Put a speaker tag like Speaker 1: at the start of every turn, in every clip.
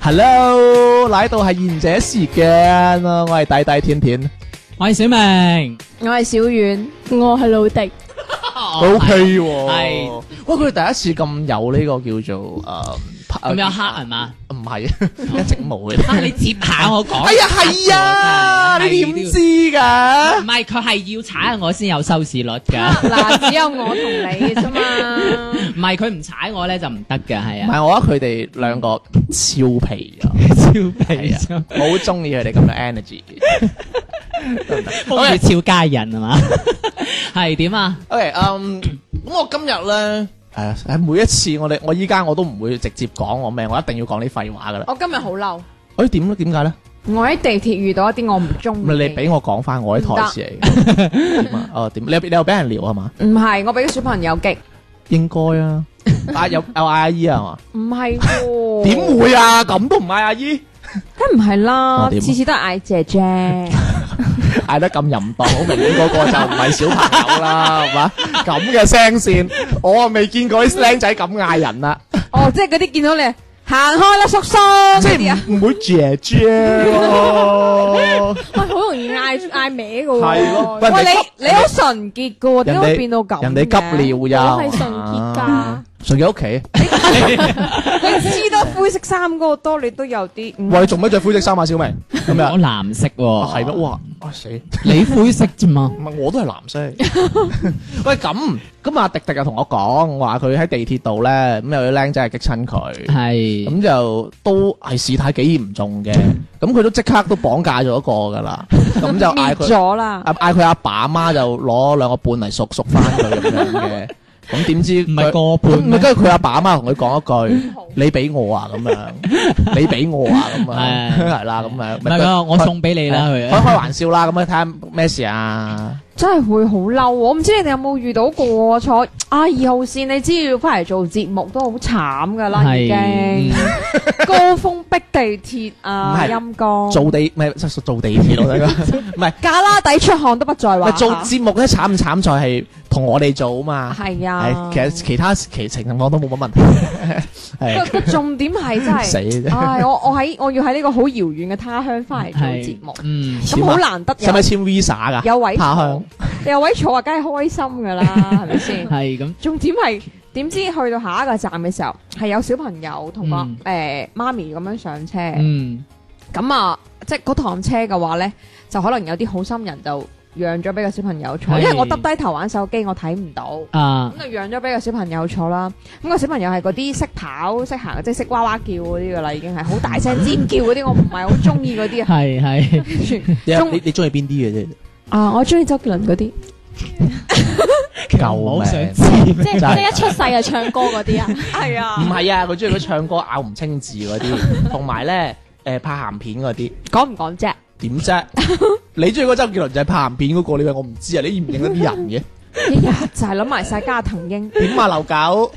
Speaker 1: Hello，嚟到係賢者時間啊！我係弟弟天天
Speaker 2: 我係小明，
Speaker 3: 我係小遠，
Speaker 4: 我係老迪，
Speaker 1: ，OK 喎
Speaker 2: 係
Speaker 1: 喂，佢哋第一次咁有呢個叫做誒拍
Speaker 2: 咁
Speaker 3: 哦
Speaker 2: 有黑人 嘛？
Speaker 1: 唔係 一直 冇嘅。
Speaker 2: 啊，你接下我講。
Speaker 1: 哎呀，係啊，
Speaker 2: 真係
Speaker 1: 你點知？㗎
Speaker 2: 係？唔係，佢係要踩下我先有收視率 㗎。
Speaker 3: 啊嗱，只有我同你啫嘛。
Speaker 2: 唔係佢唔踩我咧就唔得㗎，係
Speaker 1: 唔
Speaker 2: 啊。
Speaker 1: 係，我覺得佢哋兩個超皮啊！
Speaker 2: 超
Speaker 1: 係啊，我好中意佢哋咁嘅 energy。
Speaker 2: 風月俏佳人係嘛？ 係點 啊？
Speaker 1: OK，嗯，咁我今日咧。係啊喺每一次我哋，我依家我都唔會直接講我咩，我一定要講啲廢話㗎啦。
Speaker 3: 我今日好嬲，
Speaker 1: 誒點咧？點解咧？
Speaker 3: 我喺地鐵遇到一啲我唔中意
Speaker 1: 唔係
Speaker 3: 嘅
Speaker 1: 你俾我講翻我啲台詞嚟嘅， 點啊？哦點？你你又俾人聊係嘛？
Speaker 3: 唔係，我俾啲小朋友激，
Speaker 1: 應該啊，啊有有嗌阿姨啊係嘛？
Speaker 3: 唔係喎，
Speaker 1: 點會啊？咁都唔嗌阿姨，
Speaker 3: 梗唔係啦
Speaker 1: 啊，點啊
Speaker 3: 次次都係嗌姐 姐，
Speaker 1: 嗌得咁淫蕩，好明顯嗰個就唔係小朋友啦，係嘛？咁嘅聲線，我啊未見過啲僆仔咁嗌人啦，
Speaker 3: 哦，即係嗰啲見到你行開啦，叔叔，
Speaker 1: 即
Speaker 3: 嗰啲啊
Speaker 1: 係唔唔會姐姐咯。
Speaker 4: 喂，好容易嗌嗌歪噶喎。
Speaker 1: 係咯喂
Speaker 3: 喂，你你好純潔噶喎，點解會變到咁嘅？
Speaker 1: 人哋急尿呀，
Speaker 4: 我係純
Speaker 1: À.
Speaker 4: 潔㗎
Speaker 1: 啊，純潔屋企。
Speaker 3: 你知道灰色衫嗰個多，你都有啲嗯
Speaker 1: 喂，你做咩着灰色衫啊，小明？咁
Speaker 2: 我
Speaker 1: 樣
Speaker 2: 藍色
Speaker 1: 啊
Speaker 2: 喎。
Speaker 1: 係咩？？哇！啊死！
Speaker 2: 你灰色啫 嘛。
Speaker 1: 唔係，我都係藍色。喂，咁咁阿迪迪又同我講話，佢喺地鐵度咧，咁有啲僆仔係激親佢，
Speaker 2: 係。
Speaker 1: 咁就都係事態幾嚴重嘅。咁佢都即刻都綁架咗一個㗎啦，咁就嗌
Speaker 3: 滅
Speaker 1: 佢
Speaker 3: 咗啦。
Speaker 1: 啊嗌佢阿爸阿媽就攞兩個半嚟贖贖翻佢咁樣嘅。咁點知
Speaker 2: 唔係
Speaker 1: 佢
Speaker 2: 個
Speaker 1: 咁
Speaker 2: 半
Speaker 1: 咪
Speaker 2: 咩？
Speaker 1: 跟住佢阿爸阿媽同佢講一句：你俾我啊咁樣，你俾我啊咁樣，
Speaker 2: 係
Speaker 1: 係啦咁樣。
Speaker 2: 唔係啊，我送俾你啦
Speaker 1: 開
Speaker 2: 佢。
Speaker 1: 開玩笑啦，咁啊睇下咩事啊？
Speaker 3: 真係會好嬲喎！我唔知你哋有冇遇到過坐啊二號線，你知要翻嚟做節目都好慘噶啦，已經高峰逼地鐵
Speaker 1: 唔
Speaker 3: 啊，
Speaker 1: 係
Speaker 3: 陰公
Speaker 1: 做地咩？即係做地 鐵咯，大家唔係
Speaker 3: 假啦底出汗都不在
Speaker 1: 唔
Speaker 3: 話
Speaker 1: 係做
Speaker 3: 下。
Speaker 1: 節目咧，慘唔慘在係同我哋做啊嘛。
Speaker 3: 係啊
Speaker 1: 係，其實其他其情況都冇乜 問題。係
Speaker 3: 個個重點係 真
Speaker 1: 死
Speaker 3: 係，
Speaker 1: 啫，
Speaker 3: 唉，我我喺我要喺呢個好遙遠嘅他鄉翻嚟做
Speaker 2: 係
Speaker 3: 節目，
Speaker 2: 嗯，
Speaker 3: 咁好難得
Speaker 1: 使
Speaker 3: 有
Speaker 1: 唔使簽 Visa 㗎？
Speaker 3: 有位
Speaker 1: 他鄉
Speaker 3: 坐，有位坐啊，梗係開心噶啦，係咪先？
Speaker 2: 係咁。
Speaker 3: 重點係點知去到下一個站嘅時候，係有小朋友同我
Speaker 2: 嗯
Speaker 3: 誒媽咪咁樣上車。
Speaker 2: 嗯，
Speaker 3: 咁啊，即係嗰趟車嘅話咧，就可能有啲好心人就讓咗俾個小朋友坐，
Speaker 2: 係
Speaker 3: 因為我耷低頭玩手機，我睇唔到，
Speaker 2: 啊
Speaker 3: 咁就讓咗俾個小朋友坐啦。咁個小朋友係嗰啲識跑、識行，即係識哇哇叫嗰啲噶啦，已經係好大聲尖叫嗰啲，我唔係好中意嗰啲啊。
Speaker 2: 係係。
Speaker 1: 你
Speaker 3: 中
Speaker 1: 你你中意邊啲嘅啫？
Speaker 3: 啊，我中意周杰倫嗰啲，
Speaker 1: 救
Speaker 2: 我好想
Speaker 1: 命！
Speaker 2: 知
Speaker 4: 即係
Speaker 1: 真係
Speaker 4: 即係一出世就唱歌嗰啲啊。
Speaker 3: 係
Speaker 1: 唔
Speaker 2: 嗯
Speaker 3: 啊，
Speaker 1: 係啊，佢中意佢唱歌咬唔清字嗰 啲，同埋咧誒拍鹹片嗰啲。
Speaker 3: 講唔講啫？
Speaker 1: 點啫？你中意嗰周杰倫就係拍鹹片嗰個，你話我唔知啊？你認唔認得啲人嘅？
Speaker 3: 一日就係諗埋晒加藤英。
Speaker 1: 點啊，劉狗？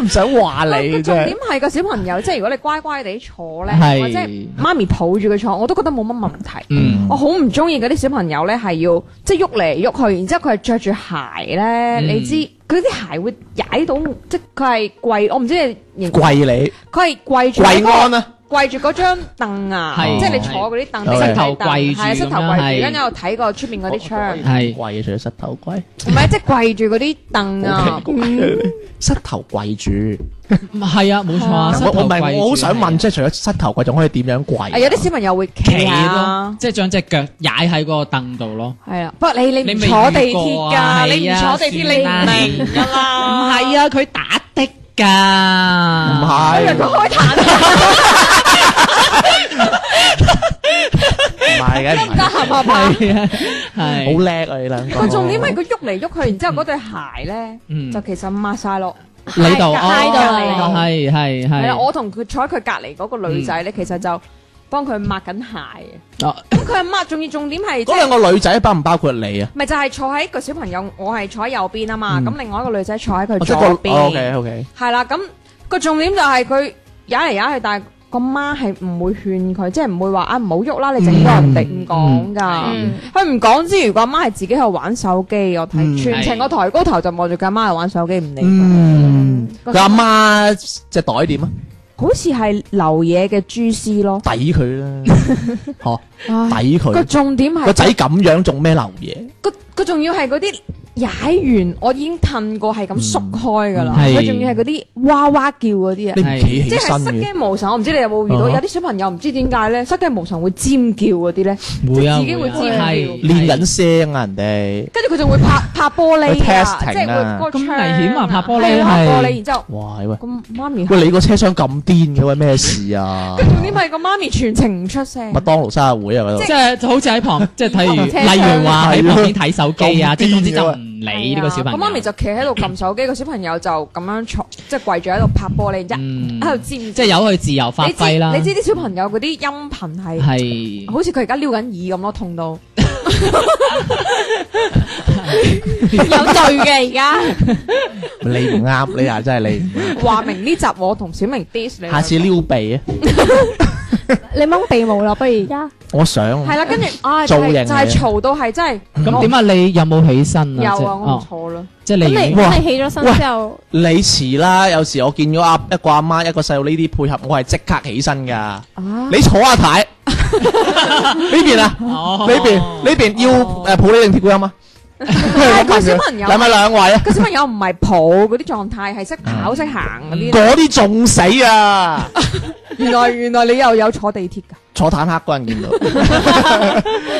Speaker 1: 唔想話你
Speaker 3: 重
Speaker 1: 啫
Speaker 3: 點。係個小朋友，即係如果你乖乖地坐咧，或者
Speaker 2: 係。
Speaker 3: 媽咪抱住佢坐，我都覺得冇乜問題。
Speaker 2: 嗯
Speaker 3: 我好唔中意嗰啲小朋友咧，係要即係喐嚟喐去，然之後佢係着住鞋咧，
Speaker 2: 嗯
Speaker 3: 你知佢啲鞋會踩到，即係佢係跪，我唔知你形容
Speaker 1: 跪你
Speaker 3: 佢係跪住嗰
Speaker 1: 跪
Speaker 3: 個
Speaker 1: 安啊！
Speaker 3: 跪住嗰張凳啊，
Speaker 2: 係
Speaker 3: 即係你坐嗰啲凳，
Speaker 1: 係
Speaker 3: 你
Speaker 1: 膝
Speaker 2: 頭跪住
Speaker 3: 係啊膝頭
Speaker 2: 咁樣
Speaker 3: 跪
Speaker 2: 係哦
Speaker 3: 住，跟住我睇過出面嗰啲窗，
Speaker 2: 係
Speaker 1: 跪啊，除咗膝頭跪，
Speaker 3: 唔係即係跪住嗰啲凳啊
Speaker 1: 好，奇怪膝頭跪住。
Speaker 2: 唔係啊，冇錯啊。
Speaker 1: 我我唔係，我好想問，
Speaker 2: 問，
Speaker 1: 即係除咗膝頭跪，仲可以點樣跪啊？
Speaker 3: 係有啲小朋友會
Speaker 2: 企
Speaker 3: 企
Speaker 2: 咯
Speaker 3: 啊，，
Speaker 2: 即係將只腳踩喺個凳度咯。
Speaker 3: 係啊，不過你
Speaker 2: 你
Speaker 3: 你唔
Speaker 2: 未
Speaker 3: 坐地
Speaker 2: 遇過
Speaker 3: 鐵
Speaker 2: 啊
Speaker 3: 㗎，你唔
Speaker 2: 係啊
Speaker 3: 坐地鐵你
Speaker 2: 算
Speaker 3: 唔
Speaker 2: 啦
Speaker 3: 明 㗎
Speaker 2: 唔
Speaker 3: 啦，
Speaker 2: 係啊，佢打的㗎。
Speaker 1: 唔
Speaker 2: À.
Speaker 1: 係，
Speaker 3: 開彈。
Speaker 1: 唔係嘅，唔係
Speaker 3: 得係嘛？
Speaker 2: 係啊，係
Speaker 1: 好叻啊！你兩個
Speaker 3: 個重點係佢喐嚟喐去，然之後嗰對鞋咧，
Speaker 2: 嗯
Speaker 3: 就其實抹晒落。
Speaker 2: 你度
Speaker 3: 係
Speaker 2: 哦，
Speaker 3: 街度嚟到
Speaker 2: 係嗯係
Speaker 3: 係啦，
Speaker 2: 係，
Speaker 3: 我同佢坐喺佢隔離嗰個女仔咧，其實就幫佢抹緊鞋。
Speaker 2: 哦
Speaker 3: 咁佢係抹，仲要重點係即
Speaker 1: 嗰
Speaker 3: 係
Speaker 1: 兩個女仔包唔包括你啊？
Speaker 3: 咪就係坐喺個小朋友，我係坐喺右邊啊嘛，
Speaker 1: 嗯
Speaker 3: 咁另外一個女仔坐
Speaker 2: 哦
Speaker 3: 喺佢
Speaker 1: 我即
Speaker 3: 左
Speaker 1: 係個
Speaker 3: 邊。
Speaker 1: OK OK，
Speaker 3: 係啦，咁個重點就係佢踩嚟踩去，但係個媽係唔會勸佢，即係唔會話啊唔好喐啦，你整到人哋唔講㗎。
Speaker 4: 嗯，
Speaker 3: 佢唔講之餘，個阿媽係自己喺度玩手機，我
Speaker 1: 嗯
Speaker 3: 睇全程個抬高頭就望住佢阿媽喺度玩手機，唔理佢。
Speaker 1: 嗯，
Speaker 3: 個
Speaker 1: 佢阿媽隻袋點啊？
Speaker 3: 好似係流嘢嘅蛛絲咯。
Speaker 1: 抵佢啦，嗬，抵
Speaker 3: 個
Speaker 1: 佢
Speaker 3: 重點
Speaker 1: 個
Speaker 3: 係
Speaker 1: 仔咁樣仲咩流嘢？
Speaker 3: 個個仲要係嗰啲踩完，我已經褪過係咁縮開㗎啦。
Speaker 2: 嗯係
Speaker 3: 佢仲要係嗰啲哇哇叫嗰啲啊
Speaker 1: 你。唔企起
Speaker 3: 即係
Speaker 1: 身
Speaker 3: 失
Speaker 1: 嘅，
Speaker 3: 驚無神，我唔知你有冇遇到，
Speaker 1: 啊哈
Speaker 3: 有啲小朋友唔知點解咧，失驚無神會尖叫嗰啲咧，
Speaker 2: 會啊
Speaker 3: 自己會知
Speaker 2: 會啊
Speaker 3: 係
Speaker 2: 係
Speaker 1: 練緊聲啊人哋，
Speaker 3: 跟住佢仲 會拍拍玻璃
Speaker 1: 佢
Speaker 3: 啊，
Speaker 1: testing
Speaker 3: 即係
Speaker 1: 啊
Speaker 3: 會嗰個
Speaker 2: 咁
Speaker 3: 窗
Speaker 2: 危險啊拍玻璃
Speaker 3: 係
Speaker 2: 係
Speaker 3: 啊拍玻璃，然之後
Speaker 1: 哇喂
Speaker 3: 咁媽咪，
Speaker 1: 喂你個車廂咁癲嘅喂咩事 啊？
Speaker 3: 跟住重點係個媽咪全程唔出聲
Speaker 1: 麥，當勞生日會啊嗰度
Speaker 2: 即。係就好似喺 旁，即係睇如，
Speaker 4: 車廂
Speaker 2: 例如話喺旁邊睇手機啊，
Speaker 1: 咁癲嘅
Speaker 2: 即係總之就唔理呢個小朋友。
Speaker 3: 啊個媽咪就企喺度撳手機，個小朋友就咁樣坐，即係跪住喺度拍玻璃，然之後
Speaker 2: 嗯
Speaker 3: 喺度尖
Speaker 2: 即係
Speaker 3: 叫
Speaker 2: 由佢自由發
Speaker 3: 你知
Speaker 2: 揮啦，
Speaker 3: 你知啲小朋友嗰啲音頻係
Speaker 2: 係
Speaker 3: 好似佢而家撩緊耳咁咯，痛到。
Speaker 4: 有罪嘅而家，
Speaker 1: 你 唔啱，你啊真係你唔啱，
Speaker 3: 話明呢集我同小明 diss 你。
Speaker 1: 下次撩鼻啊！
Speaker 4: 你掹鼻毛啦，不如而家
Speaker 1: 我想啊
Speaker 3: 係啦，跟住啊，就
Speaker 1: 造型
Speaker 3: 係
Speaker 1: 嚟嘅
Speaker 3: 就係嘈到係真係
Speaker 2: 咁點啊？你有冇起身啊？
Speaker 3: 有
Speaker 2: 即係
Speaker 3: 啊，我唔
Speaker 2: 哦，
Speaker 3: 坐啦。
Speaker 2: 即係
Speaker 4: 咁
Speaker 2: 你
Speaker 4: 你
Speaker 1: 哇
Speaker 4: 咁你起咗身之後，
Speaker 1: 你遲啦，有時我見咗阿一個阿媽一個細路呢啲配合，我係即刻起身㗎。
Speaker 3: 啊，
Speaker 1: 你坐下 睇呢邊啊，
Speaker 2: 哦
Speaker 1: 呢邊呢邊要誒抱你定貼骨音啊？
Speaker 3: 哦 係佢小朋友
Speaker 1: 係咪 兩位 啊？
Speaker 3: 個小朋友唔係抱嗰啲狀態，係識跑識行嗰啲。
Speaker 1: 嗰啲仲死啊！
Speaker 3: 原來原來你又有坐地鐵㗎？
Speaker 1: 坐坦克嗰 陣見到，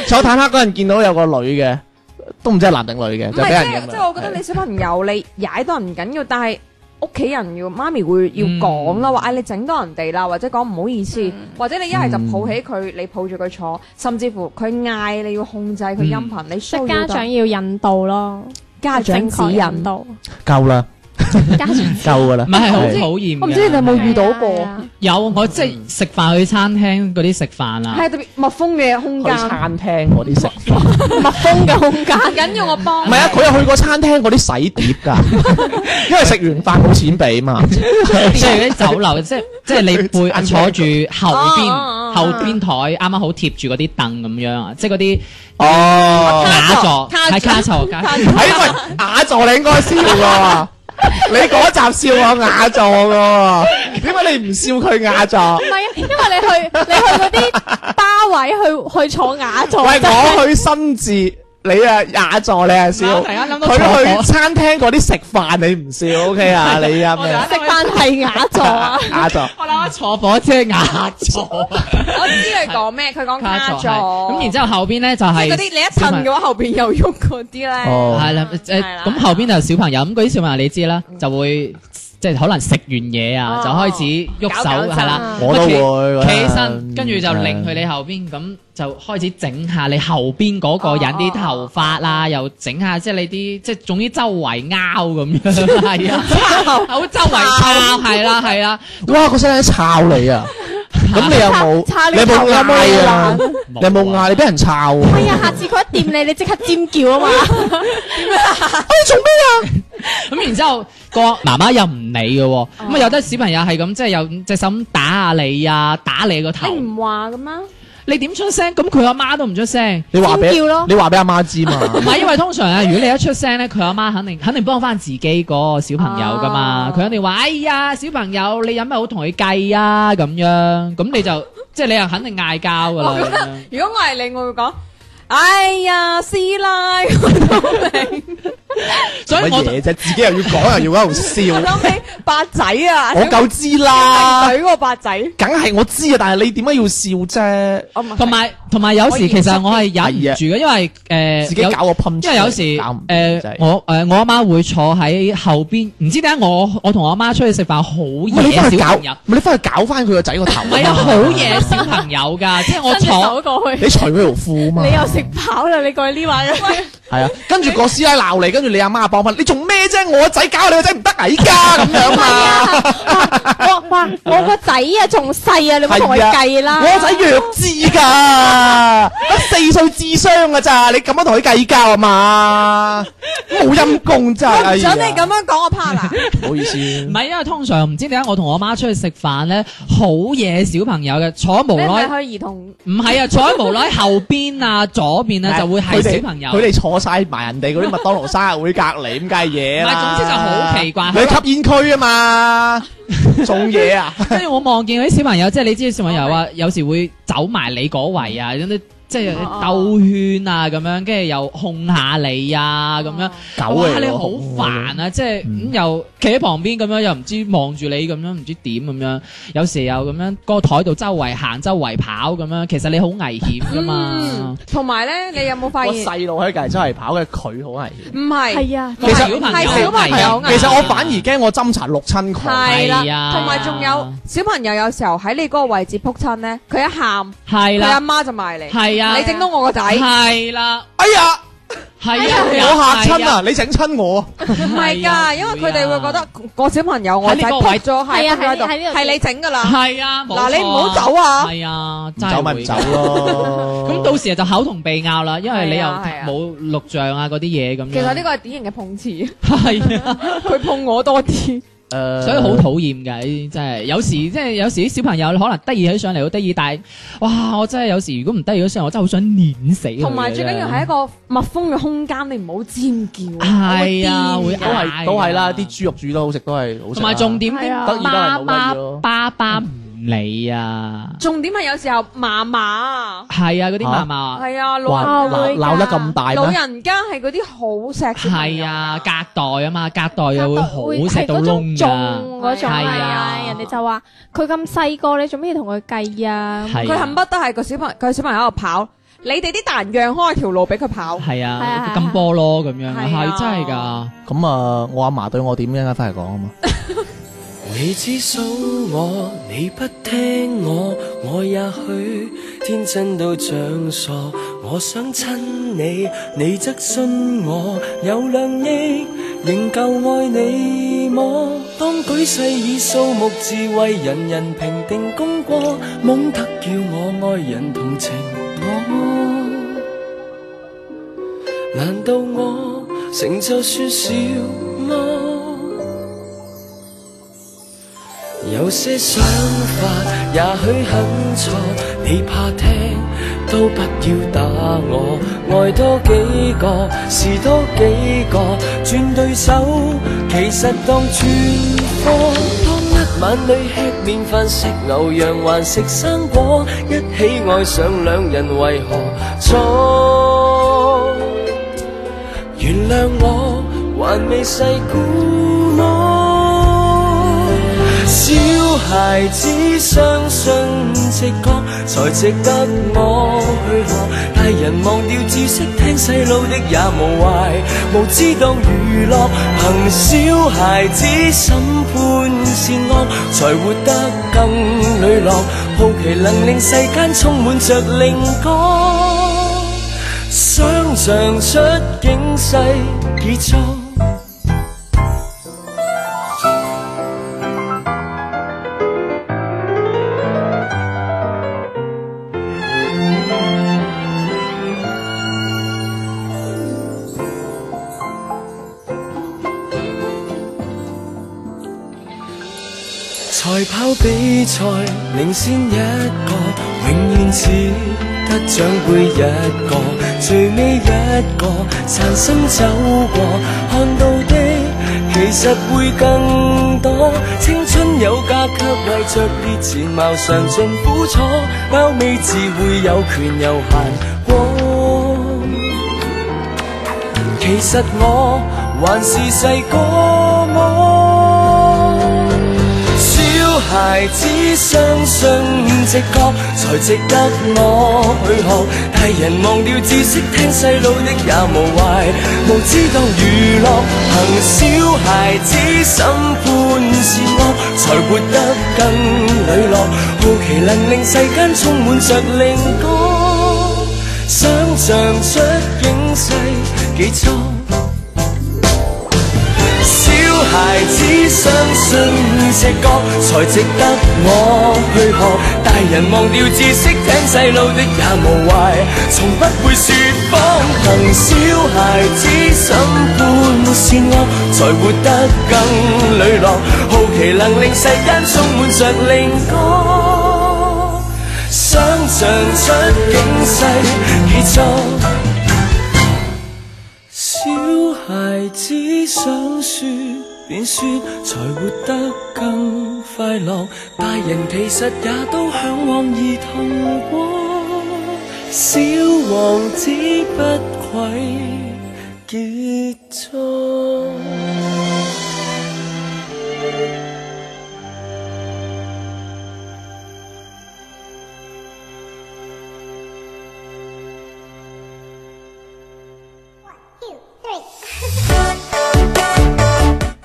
Speaker 1: 坐坦克嗰陣見到有個女嘅，都唔知係男定女嘅，
Speaker 3: 唔
Speaker 1: 就俾人
Speaker 3: 係即
Speaker 1: 咁啊
Speaker 3: 係即係，我覺得你小朋友你踩到人唔緊要，但係。屋企人要媽咪會要講
Speaker 1: 嗯
Speaker 3: 啦，話唉你整到人哋啦，或者講唔好意思，或者你一係就抱起
Speaker 1: 嗯
Speaker 3: 佢，你抱住佢坐，甚至乎佢嗌你要控制佢
Speaker 1: 嗯
Speaker 3: 音頻，你
Speaker 4: 即係
Speaker 3: 需
Speaker 4: 家長要引導咯，
Speaker 3: 家長
Speaker 4: 正
Speaker 3: 指
Speaker 4: 確
Speaker 3: 引
Speaker 4: 引。導，
Speaker 1: 夠啦，
Speaker 4: 家長
Speaker 1: 夠噶啦
Speaker 2: 唔，係係好
Speaker 1: 係
Speaker 2: 討厭㗎。
Speaker 3: 我唔知你哋有冇遇到過
Speaker 4: 係啊
Speaker 2: 有我即係食飯去餐廳嗰啲食飯啊，
Speaker 3: 係特別密封嘅空間，
Speaker 1: 去餐廳嗰啲食飯。
Speaker 3: 密封嘅空間，唔緊要我幫
Speaker 1: 唔係啊，佢有去過餐廳嗰啲洗碟㗎，因為食完飯冇錢俾嘛。
Speaker 2: 即係啲酒樓，即係即係 你背坐住後
Speaker 3: 哦哦
Speaker 2: 邊
Speaker 3: 哦
Speaker 2: 後邊台，啱啱好貼住嗰啲凳咁樣啊，即係嗰啲
Speaker 1: 哦，
Speaker 2: 假座，係
Speaker 3: 卡
Speaker 2: 卡 座，卡
Speaker 1: 喺喂雅座你應該笑㗎喎，你嗰集笑我雅座㗎喎，點解你唔笑佢雅座？
Speaker 4: 唔係啊，因為你去你去嗰啲巴位去去坐雅座，
Speaker 1: 喂，
Speaker 4: 真係
Speaker 1: 我去新字，你啊雅座，你啊笑。
Speaker 2: 突然間諗到
Speaker 1: 佢去餐廳嗰啲食飯，你唔笑 OK 啊？你啊咩啊？
Speaker 4: 食飯係雅 座啊，
Speaker 1: 雅座
Speaker 2: 我諗坐火車壓座，
Speaker 3: 我知佢講咩，佢講卡座。
Speaker 2: 咁然
Speaker 3: 之
Speaker 2: 之後後邊咧就係
Speaker 3: 嗰啲你一褪嘅話，後邊又喐嗰啲咧。
Speaker 1: 哦
Speaker 2: 係啦，誒
Speaker 3: 係啦
Speaker 2: 咁後邊就係小朋友，咁嗰啲小朋友你知啦，就會即係可能食完嘢啊，
Speaker 3: 哦
Speaker 2: 就開始喐
Speaker 3: 搞搞
Speaker 2: 手
Speaker 3: 震
Speaker 2: 係啦，
Speaker 1: 我都會
Speaker 2: 企起
Speaker 1: 嗰
Speaker 2: 身，
Speaker 1: 陣
Speaker 2: 跟住就擰去你後邊，咁就開始整下你後邊嗰個人啲頭髮啦，又整下即係你啲即係總之周圍拗咁樣，係啊， 好周圍拗係啦係啦，
Speaker 1: 哇！個細仔抄你 啊！咁你有冇？
Speaker 4: 抄
Speaker 1: 你
Speaker 4: 你
Speaker 1: 有冇
Speaker 4: 頭有冇
Speaker 1: 嗌啊？
Speaker 4: 爛
Speaker 1: 你有冇嗌？你俾人抄啊！
Speaker 4: 係啊，下次佢一掂你，你即刻尖叫啊嘛，
Speaker 2: 咁然之後個媽媽又唔理嘅喎，咁啊有得小朋友係咁，即係有隻手咁打下你啊，打你個頭
Speaker 3: 你。唔話嘅咩？
Speaker 2: 你點出聲？咁佢阿媽都唔出聲。
Speaker 1: 你話俾
Speaker 4: 尖叫咯
Speaker 1: 你話俾阿媽知嘛？
Speaker 2: 唔係，因為通常啊，如果你一出聲咧，佢阿媽肯定肯定幫翻自己個小朋友噶嘛，
Speaker 3: 啊
Speaker 2: 佢、肯定話：哎呀，小朋友，你有咩好同佢計啊？咁樣，咁你就即係你又肯定嗌交噶啦
Speaker 3: 我覺
Speaker 2: 咁
Speaker 3: 得
Speaker 2: 樣。
Speaker 3: 如果我係你，我會講：哎呀，師奶，我都明。
Speaker 2: 所以
Speaker 1: 乜
Speaker 2: 我
Speaker 1: 嘢啫？自己又要講，又要喺度
Speaker 3: 我
Speaker 1: 笑，
Speaker 3: 谂起八仔啊，
Speaker 1: 我夠知啦，
Speaker 2: 啊
Speaker 3: 水嗰個八仔，
Speaker 1: 梗係我知啊，但係你點解要笑啫？
Speaker 3: 我唔係
Speaker 2: 同埋同埋有時其實我係忍唔
Speaker 1: 係啊
Speaker 2: 住嘅，因為誒
Speaker 1: 自己
Speaker 2: 有
Speaker 1: 搞個噴出嚟，
Speaker 2: 因為有時
Speaker 1: 搞唔
Speaker 2: 誒、
Speaker 1: 掂真係
Speaker 2: 我誒、呃我阿媽會坐喺後邊，唔知點解我我同我阿媽出去食飯好
Speaker 1: 唔係你
Speaker 2: 夜
Speaker 1: 翻去
Speaker 2: 小
Speaker 1: 搞，
Speaker 2: 朋友，
Speaker 1: 唔係你翻去搞翻佢個仔個頭啊
Speaker 2: 唔
Speaker 1: 嘛，
Speaker 2: 係啊好夜小朋友 㗎，即係我
Speaker 4: 伸隻
Speaker 2: 坐
Speaker 4: 手過去
Speaker 1: 你，除佢條褲啊嘛，
Speaker 4: 你又食飽啦，你過去呢位啦。
Speaker 1: 係啊，跟住個師奶鬧你，跟住你阿媽幫翻，你做咩啫？我個仔搞你個仔唔得 啊，依家咁樣
Speaker 2: 啊
Speaker 1: 嘛，
Speaker 4: 啊我哇，我個仔啊仲細啊，你唔好同佢
Speaker 1: 係啊
Speaker 4: 計啦。
Speaker 1: 我個仔弱智㗎，得四歲智商㗎咋，你咁樣同佢計較啊嘛，冇陰公真係，
Speaker 3: 我唔想你
Speaker 1: 哎呀
Speaker 3: 咁樣講我 partner。
Speaker 1: 唔好意思，
Speaker 2: 唔係因為通常唔知點解我同我媽出去食飯咧，好夜小朋友嘅坐喺無
Speaker 3: 你咪
Speaker 2: 奈，
Speaker 3: 去兒童，
Speaker 2: 唔係啊，坐喺無奈後邊啊、左邊啊就會係
Speaker 1: 佢哋
Speaker 2: 小朋友。
Speaker 1: 佢哋坐晒埋人哋嗰啲麥當勞生日會隔離咁計嘢
Speaker 2: 唔
Speaker 1: 啦。
Speaker 2: 係總之就好奇怪
Speaker 1: 你吸煙區 啊嘛，做嘢啊，
Speaker 2: 跟住我望見嗰啲小朋友，即係你知小朋
Speaker 1: 哦
Speaker 2: 友啊，有時會走埋你嗰圍啊，咁啲即係
Speaker 4: 哦
Speaker 2: 兜圈啊咁樣，跟住又控下你啊咁樣。
Speaker 1: 狗
Speaker 2: 哇
Speaker 1: 嚟！
Speaker 2: 你好煩啊！即係咁又企喺旁邊咁樣，又唔知望住你咁樣，唔知點咁樣。有時又咁樣個台度周圍行、周圍跑咁樣，其實你好危險噶嘛
Speaker 3: 嗯。，同埋咧，你有冇發
Speaker 1: 我
Speaker 3: 現？
Speaker 1: 細路喺隔離周圍跑嘅，佢好危險。
Speaker 3: 唔係，
Speaker 4: 係啊，
Speaker 2: 其實小朋友
Speaker 3: 係小朋
Speaker 2: 危
Speaker 3: 友危
Speaker 2: 險
Speaker 3: 險
Speaker 1: 其實我反而驚我針查六親狂，
Speaker 3: 係啦，
Speaker 2: 係啊
Speaker 3: 同埋仲有小朋友有時候喺你嗰個位置撲親咧，佢一喊，
Speaker 2: 係
Speaker 3: 佢
Speaker 2: 啦，
Speaker 3: 阿媽就埋嚟，
Speaker 2: 係啊，
Speaker 3: 你整到我個仔，唔
Speaker 2: 係啦，
Speaker 1: 哎呀，
Speaker 2: 係啊，
Speaker 1: 我嚇親啊！你整親我，
Speaker 3: 係
Speaker 2: 係啊
Speaker 3: 㗎，因為佢哋會覺得個小朋友我
Speaker 2: 喺呢
Speaker 3: 仔
Speaker 2: 個位
Speaker 3: 撲咗喺
Speaker 4: 係啊
Speaker 3: 瞓咗喺度，
Speaker 4: 喺呢度
Speaker 3: 係你整㗎啦，
Speaker 2: 係啊， 冇
Speaker 3: 嗱你唔
Speaker 2: 錯
Speaker 3: 好走啊！
Speaker 2: 係啊，
Speaker 1: 唔
Speaker 2: 真係
Speaker 1: 走咪唔
Speaker 2: 會
Speaker 1: 走咯。
Speaker 2: 咁到時就口同鼻拗啦，因為你又
Speaker 3: 係啊係啊
Speaker 2: 冇錄像啊嗰啲嘢咁樣。
Speaker 3: 其實呢個係典型嘅碰瓷，
Speaker 2: 係啊，
Speaker 3: 佢碰我多啲。
Speaker 1: 誒
Speaker 2: 所以好討厭嘅，呢啲真係有時即係有時啲小朋友可能得意起上嚟好得意，但係哇，我真係有時如果唔得意起上嚟，我真係好想碾死佢嘅。
Speaker 3: 同埋最緊要係一
Speaker 2: 一
Speaker 3: 個密封嘅空間，你唔好尖叫。
Speaker 2: 係啊，
Speaker 3: 我
Speaker 2: 會
Speaker 3: 會癲
Speaker 1: 都係
Speaker 2: 嗌
Speaker 1: 都係啦，
Speaker 2: 㗎
Speaker 1: 啲豬肉煮得好食都係好食。
Speaker 2: 同埋重，點
Speaker 4: 係啊
Speaker 1: 得意得
Speaker 2: 媽
Speaker 1: 嚟冇乜嘢
Speaker 2: 媽
Speaker 1: 咯
Speaker 2: 爸爸唔理啊，
Speaker 3: 重點係有時候嫲嫲啊，
Speaker 2: 係啊，嗰啲
Speaker 1: 嚇
Speaker 2: 嫲嫲
Speaker 3: 係啊，老
Speaker 1: 哇
Speaker 3: 人家
Speaker 1: 鬧鬧得咁大
Speaker 3: 老
Speaker 1: 咩？
Speaker 3: 人家係嗰啲好錫小朋
Speaker 2: 係
Speaker 3: 友
Speaker 2: 啊，隔代啊嘛，隔代又會好食
Speaker 4: 係
Speaker 2: 到
Speaker 4: 嗰種
Speaker 2: 窿
Speaker 4: 重
Speaker 2: 㗎，
Speaker 4: 嗰種
Speaker 2: 係
Speaker 4: 係
Speaker 2: 啊
Speaker 4: 啊，人哋就話佢咁細個，你做咩要同佢計啊？
Speaker 2: 係
Speaker 3: 佢
Speaker 2: 啊
Speaker 3: 恨不得係個小朋佢小朋友喺度跑，你哋啲大人讓開條路俾佢跑。
Speaker 2: 係
Speaker 4: 係
Speaker 2: 啊
Speaker 4: 啊，
Speaker 2: 金菠蘿咁樣，
Speaker 3: 係
Speaker 2: 係
Speaker 3: 啊
Speaker 2: 真係㗎。
Speaker 1: 咁啊，我阿嫲對我點一陣間翻嚟講啊嘛。
Speaker 5: 你只數我，你不聽我，我也許天真到像傻。我想親你，你則信我，有兩億仍舊愛你麼？當舉世以數目智慧，人人平定功過，懵得叫我愛人同情我。難道我成就算少麼？有些想法也許很錯，你怕聽都不要打我。愛多幾個是多幾個，轉對手其實當轉科。當一晚你吃麵飯食牛羊還食生果，一起愛上兩人為何錯？原諒我還未細估麼？小孩子相信直覺，才值得我去學。大人忘掉知識，聽細路的也無壞，無知當娛樂。憑小孩子審判善惡，才活得更磊落。好奇能令世間充滿着靈光。想象出警世已做。賽跑比賽領先一個，永遠只得獎杯一個，最尾一個殘心走過，看到的其實會更多。青春有價，卻為着別前貌嘗盡苦楚，包尾自會有權有閒過。其實我还是細個麼？小孩子相信直覺，才值得我去學。大人忘掉知識，聽細路的也無壞，無知當娛樂。憑小孩子審判善惡，才活得更磊落。好奇能令世間充滿着靈光，想像出警世幾錯。小孩子相信直覺，才值得我去學。大人忘掉知識，聽細路的也無壞，從不會説謊。憑小孩子審判善惡，才活得更磊落。好奇能令世間充滿着靈光，想像出警世已作。小孩子想说便说，才活得更快乐。大人其实也都向往儿童光，小王子不愧傑作。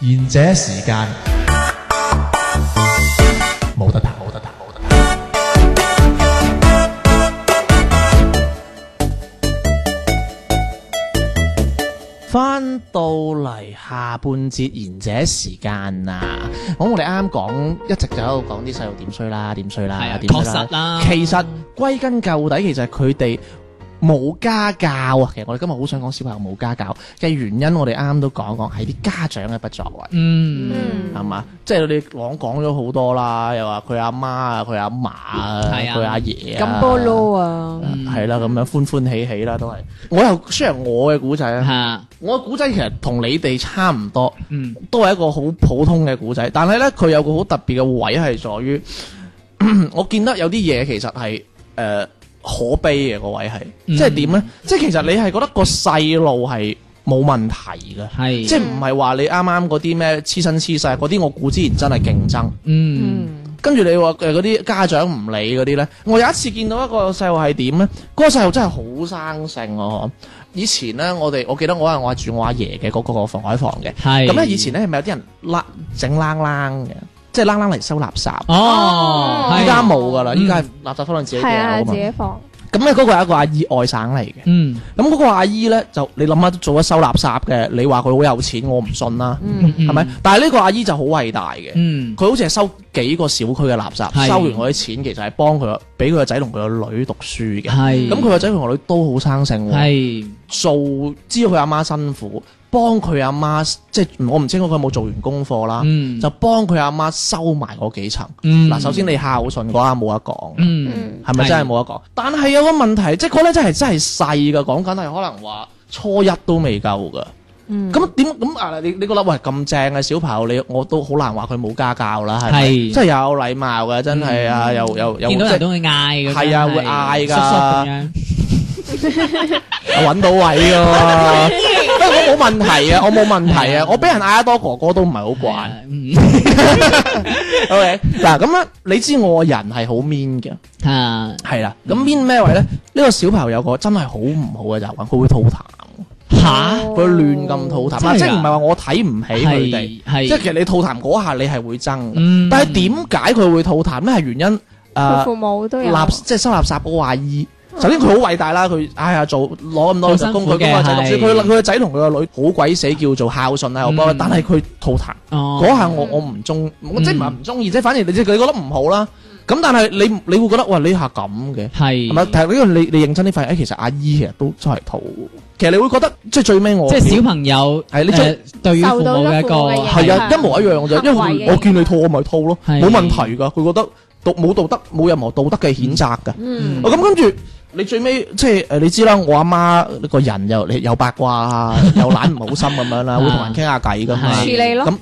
Speaker 1: 贤者時間冇得彈，冇得彈，冇得彈。翻到嚟下半節賢者時間啊！咁我哋啱啱講，一直就喺度講啲細路點衰啦，點衰啦，
Speaker 2: 係啊
Speaker 1: 點衰
Speaker 2: 確實啦
Speaker 1: 其實歸根究底，其實佢哋冇家教啊！其實我哋今日好想講小朋友冇家教嘅原因，我哋啱啱都講講係啲家長嘅不作為。
Speaker 2: 嗯，
Speaker 1: 係嘛？即係你講講咗好多啦，又話佢阿媽啊，佢阿嫲啊，
Speaker 2: 係啊嗯
Speaker 1: 佢阿爺啊，
Speaker 3: 咁菠蘿啊，
Speaker 1: 係啦，咁樣歡歡喜喜啦，都係。我又 share 我嘅古仔啊，
Speaker 2: 吓，
Speaker 1: 我嘅古仔其實同你哋差唔多，
Speaker 2: 嗯，
Speaker 1: 都係一個好普通嘅古仔，但係咧佢有個好特別嘅位係在於， 我見得有啲嘢其實係誒。呃可悲嘅個位係，
Speaker 2: 嗯
Speaker 1: 即係點咧？即係其實你係覺得個細路係冇問題嘅，
Speaker 2: 系，
Speaker 1: 即係唔係話你啱啱嗰啲咩黐身黐世嗰啲，我估之前真係競爭。
Speaker 2: 嗯，
Speaker 3: 嗯，
Speaker 1: 跟住你話誒嗰啲家長唔理嗰啲呢，我有一次見到一個細路係點呢？嗰、個細路真係好生性喎、以前呢，我哋我記得我係我係住我阿爺嘅嗰、個房海房嘅。
Speaker 2: 系，
Speaker 1: 咁呢，以前呢，係咪有啲人拉整啷啷嘅，即係啷啷嚟收垃圾？
Speaker 2: 哦，係
Speaker 1: 依家，冇噶啦，
Speaker 2: 嗯
Speaker 1: 依家係垃圾分量自己
Speaker 4: 係
Speaker 1: 掉
Speaker 4: 啊，
Speaker 1: 啊
Speaker 4: 自
Speaker 1: 嘛。
Speaker 4: 己放。
Speaker 1: 咁呢，嗰個係一個阿姨外省嚟嘅。
Speaker 2: 嗯，
Speaker 1: 咁嗰個阿姨呢，就你諗下做咗收垃圾嘅，你話佢好有錢，我唔信啦，
Speaker 2: 嗯
Speaker 1: 係咪？？但係呢個阿姨就好偉大嘅。
Speaker 2: 嗯，
Speaker 1: 佢好似係收幾個小區嘅垃圾，
Speaker 2: 係
Speaker 1: 收完嗰啲錢其實係幫佢個俾佢個仔同佢個女讀書嘅。
Speaker 2: 係，
Speaker 1: 咁佢個仔同個女都好生性喎，
Speaker 2: 係，
Speaker 1: 做知道佢阿媽辛苦，幫佢阿媽即係我唔清楚佢有冇做完功課啦，
Speaker 2: 嗯，
Speaker 1: 就幫佢阿媽收埋嗰幾層。
Speaker 2: 嗯
Speaker 1: 嗱，首先你孝順嗰下冇得講。
Speaker 2: 嗯，
Speaker 1: 係咪真係冇得講？但係有個問題，即係嗰咧真係真係細㗎，講緊係可能話初一都未夠㗎。
Speaker 3: 嗯
Speaker 1: 咁點咁啊？你你覺得喂咁正嘅小朋友，你我都好難話佢冇家教啦，係咪？
Speaker 2: 係嗯
Speaker 1: 真係有禮貌嘅，真係啊，又又又
Speaker 2: 見到人
Speaker 1: 即
Speaker 2: 都會嗌嘅，
Speaker 1: 係啊
Speaker 2: 真
Speaker 1: 會嗌
Speaker 2: 叔
Speaker 1: 㗎
Speaker 2: 叔咁樣，
Speaker 1: 係揾到位㗎喎。 不過我冇問題啊，我冇問題啊，我俾人嗌得多哥哥都唔係好慣。
Speaker 2: 嗯
Speaker 1: OK，嗱咁樣你知我人係好 mean 嘅，
Speaker 2: 啊，
Speaker 1: 係啦。咁 mean 咩位咧？呢個小朋友有個真係好唔好嘅習慣，佢會吐痰，
Speaker 2: 吓，
Speaker 3: 哦
Speaker 1: 佢亂咁吐痰，
Speaker 2: 真係㗎
Speaker 1: 即係唔係話我睇唔起佢哋。
Speaker 2: 係係，
Speaker 1: 即係其實你吐痰嗰下你係會憎嘅，
Speaker 2: 嗯
Speaker 1: 但係點解佢會吐痰咧？係原因
Speaker 4: 佢
Speaker 1: 誒
Speaker 4: 父母都有。
Speaker 1: 垃即係收垃圾嗰個阿姨。首先佢好偉大啦，佢哎呀做攞咁多
Speaker 2: 好辛
Speaker 1: 工
Speaker 2: 苦
Speaker 1: 具幫個仔讀書，
Speaker 2: 嘅
Speaker 1: 佢佢個仔同佢個女好鬼死叫做孝順啊，又幫佢
Speaker 2: 嗯
Speaker 1: 但係佢吐痰
Speaker 2: 哦
Speaker 1: 嗰下我我唔中，我即係唔係唔中意，即係反而你即係你覺得唔好啦。咁但係你你會覺得哇呢下咁嘅。
Speaker 2: 係
Speaker 1: 係咪？但係呢個你你認真啲發現，哎其實阿姨其實都真係吐。其實你會覺得即係最尾我
Speaker 2: 即係小朋友
Speaker 1: 係你即係
Speaker 2: 誒對於父母嘅一個
Speaker 4: 受到咗父母嘅影響
Speaker 1: 係啊，一模一樣嘅啫，因
Speaker 4: 行為
Speaker 1: 為
Speaker 4: 嘅
Speaker 1: 我見你吐，我咪吐咯，
Speaker 2: 係
Speaker 1: 冇問題㗎。佢覺得道冇道德，冇任何道德嘅譴責㗎。
Speaker 3: 嗯
Speaker 1: 哦咁跟住你最尾即係誒，你知啦，我阿媽個人又你又八卦 啊，又懶唔好心咁樣啦，會同人傾下偈㗎嘛。
Speaker 2: 啊係
Speaker 3: 處理咯，
Speaker 1: 咁啊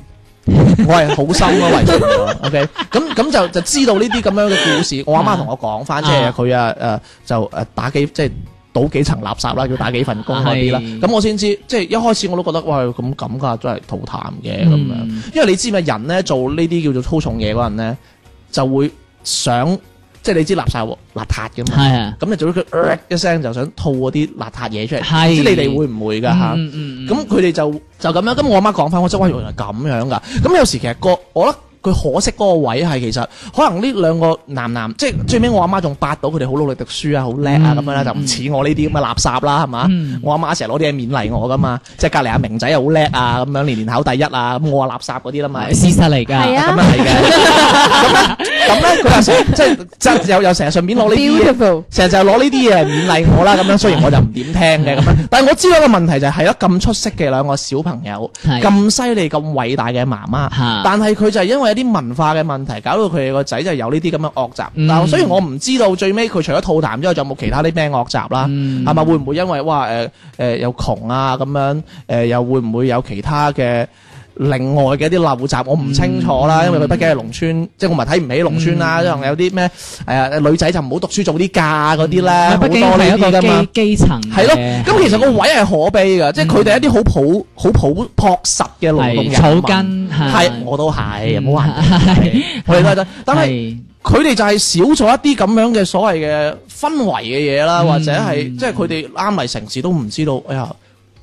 Speaker 1: 我係好心咯，為咗佢 OK，咁咁就啊呃就知道呢啲咁樣嘅故事。我阿媽同我講翻，即係佢啊誒就誒打機，即係倒幾層垃圾啦，要打幾份工嗰啲啦
Speaker 2: 係，
Speaker 1: 咁我先知，即係一開始我都覺得哇咁咁㗎，真係吐痰嘅咁樣，
Speaker 2: 嗯
Speaker 1: 因為你知咪人咧做呢啲叫做粗重嘢嗰陣咧，就會想即係你知垃圾喎邋遢㗎嘛。
Speaker 2: 係啊，
Speaker 1: 咁你做咗佢呃一聲就想吐嗰啲邋遢嘢出嚟，
Speaker 2: 係
Speaker 1: 唔知你哋會唔會㗎嚇？
Speaker 2: 嗯嗯嗯
Speaker 1: 咁佢哋就就咁樣。咁我阿媽講翻，我真係哇原來咁樣㗎。咁有時其實個我覺得佢可惜嗰個位係其實可能呢兩個男男，即係最尾我阿媽仲八到佢哋好努力讀書啊，好叻啊咁樣啦，就唔似我呢啲咁嘅垃圾啦，係嘛？
Speaker 2: 嗯
Speaker 1: 我阿媽成日攞啲嘢勉勵我㗎嘛，即係隔離阿明仔又好叻啊，咁樣年年考第一啊，咁我啊垃圾嗰啲啦嘛。
Speaker 2: 係事實嚟
Speaker 4: 係
Speaker 2: 㗎，
Speaker 4: 啊
Speaker 1: 咁樣係嘅，咁咧咁咧佢話成日即係即係又又成日順便攞呢啲嘢
Speaker 3: Beautiful，
Speaker 1: 成日就攞呢啲嘢嚟勉勵我啦，咁樣雖然我就唔點聽嘅咁樣，但係我知道一個問題就係係咯咁出色嘅兩個小朋友，
Speaker 2: 係
Speaker 1: 咁犀利咁偉大嘅媽媽
Speaker 2: 嚇，
Speaker 1: 但係佢就係因為一啲文化嘅問題，搞到佢哋個仔就有呢啲咁嘅惡習。
Speaker 2: 嗯
Speaker 1: 嗱，雖然我唔知道最尾佢除咗吐痰之外，仲有冇其他啲咩惡習啦，
Speaker 2: 嗯
Speaker 1: 係咪會唔會因為哇誒誒又窮啊咁樣誒又會唔會有其他嘅？另外嘅一啲陋習，我唔清楚啦，因為佢畢竟係農村，即係我唔係睇唔起農村啦，因為有啲咩誒女仔就唔好讀書做啲嫁嗰啲咧，好
Speaker 2: 畢
Speaker 1: 多
Speaker 2: 竟係
Speaker 1: 呢
Speaker 2: 一
Speaker 1: 啲
Speaker 2: 個
Speaker 1: 噶嘛
Speaker 2: 基。基層嘅，
Speaker 1: 嗯係咯，咁其實個位係可悲嘅，即係佢哋一啲好普好普朴實嘅勞動
Speaker 2: 係
Speaker 1: 人
Speaker 2: 草
Speaker 1: 民
Speaker 2: 根係
Speaker 1: 係我都係，唔好話人 哋係我哋都係，但係。
Speaker 2: 係
Speaker 1: 佢哋就係少咗一啲咁樣嘅所謂嘅氛圍嘅嘢啦，
Speaker 2: 嗯
Speaker 1: 或者係即係佢哋啱嚟城市都唔知道，哎呀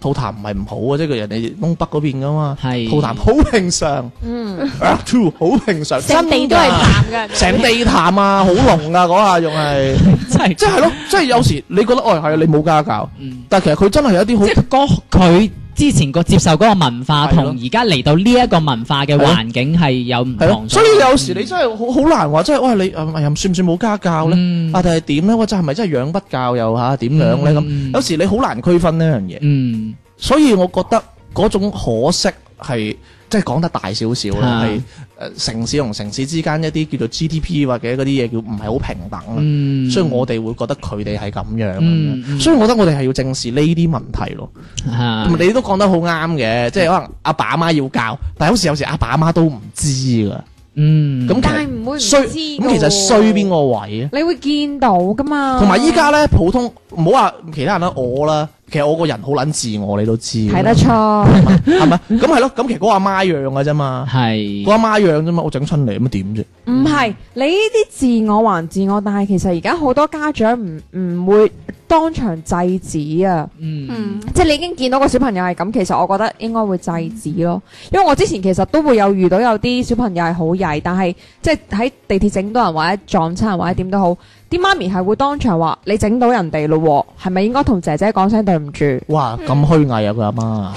Speaker 1: 吐痰唔係唔好啊，即係佢人哋東北嗰邊噶嘛，
Speaker 2: 係
Speaker 1: 吐痰好平常
Speaker 3: 嗯，
Speaker 1: 啊 two 好平常，
Speaker 4: 成地都
Speaker 1: 真
Speaker 4: 係
Speaker 1: 㗎
Speaker 4: 淡嘅，
Speaker 1: 成地痰啊，好濃噶嗰下仲 係，
Speaker 2: 真係
Speaker 1: 即係係咯，即係有時你覺得哦係啊你冇家教，
Speaker 2: 嗯
Speaker 1: 但係其實佢真係有一啲好
Speaker 2: 即。係嗰佢之前個接受嗰個文化，
Speaker 1: 係咯
Speaker 2: 同而家嚟到呢一個文化嘅環境係有唔
Speaker 1: 係咯
Speaker 2: 同，咗。
Speaker 1: 所以有時你真係好好難話，真係哦喂你誒又算唔算冇家教咧？
Speaker 2: 嗯
Speaker 1: 啊，定係點咧？喂，真係咪真係養不教又嚇點樣咧？咁、
Speaker 2: 嗯
Speaker 1: 有時你好難區分呢樣嘢。
Speaker 2: 嗯
Speaker 1: 所以我覺得嗰種可惜係即係講得大少少啦，
Speaker 2: 啊
Speaker 1: 係誒、呃城市同城市之間一啲叫做 GDP 或者嗰啲嘢叫唔係好平等啦。
Speaker 2: 嗯，
Speaker 1: 所以我哋會覺得佢哋係咁樣，
Speaker 2: 嗯嗯
Speaker 1: 所以我覺得我哋係要正視呢啲問題咯。
Speaker 2: 啊
Speaker 1: 你都講得好啱嘅，即係可能阿爸阿媽要教，但係好似有時阿爸阿媽都唔知噶。
Speaker 2: 嗯
Speaker 1: 咁
Speaker 3: 但係唔會唔知
Speaker 1: 衰咁其實衰邊
Speaker 3: 個？
Speaker 1: 個位啊？
Speaker 3: 你會見到噶嘛？
Speaker 1: 同埋依家咧，普通唔好話其他人啦，我啦，其實我個人好撚自我，你都知㗎。
Speaker 3: 睇得出，
Speaker 1: 係咪？咁係咯，咁其實嗰個阿媽養嘅啫嘛，
Speaker 2: 係
Speaker 1: 嗰阿媽養啫嘛，我整親你咁點啫？
Speaker 3: 唔係你呢啲自我還自我，但係其實而家好多家長唔唔會當場制止啊。
Speaker 2: 嗯
Speaker 4: 嗯，
Speaker 3: 即係你已經見到個小朋友係咁，其實我覺得應該會制止咯。因為我之前其實都會有遇到有啲小朋友係好曳，但係即係喺地鐵整到人或者撞親人或者點都好，啲媽咪係會當場話你整到人哋咯喎，係咪應該同姐姐講聲對唔住？
Speaker 1: 哇，咁虛偽啊佢阿媽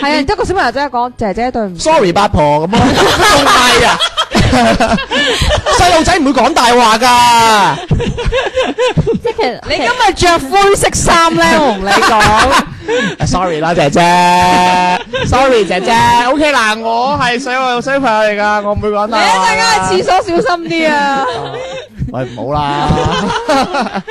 Speaker 3: 係啊，然之後個小朋友真係講姐姐對唔住。
Speaker 1: ，sorry 八婆咁咯，仲係啊！ 細路仔唔會講大話㗎，
Speaker 4: 即係其實
Speaker 3: 你今日着灰色衫咧，我同你講，
Speaker 1: 啊，sorry 啦姐姐，sorry 姐姐，OK 嗱，我係細路小朋友嚟㗎，我唔會講大
Speaker 3: 你
Speaker 1: 話
Speaker 3: 大家去廁
Speaker 1: 㗎。
Speaker 3: 所小心啲啊！
Speaker 1: 喂，唔好啦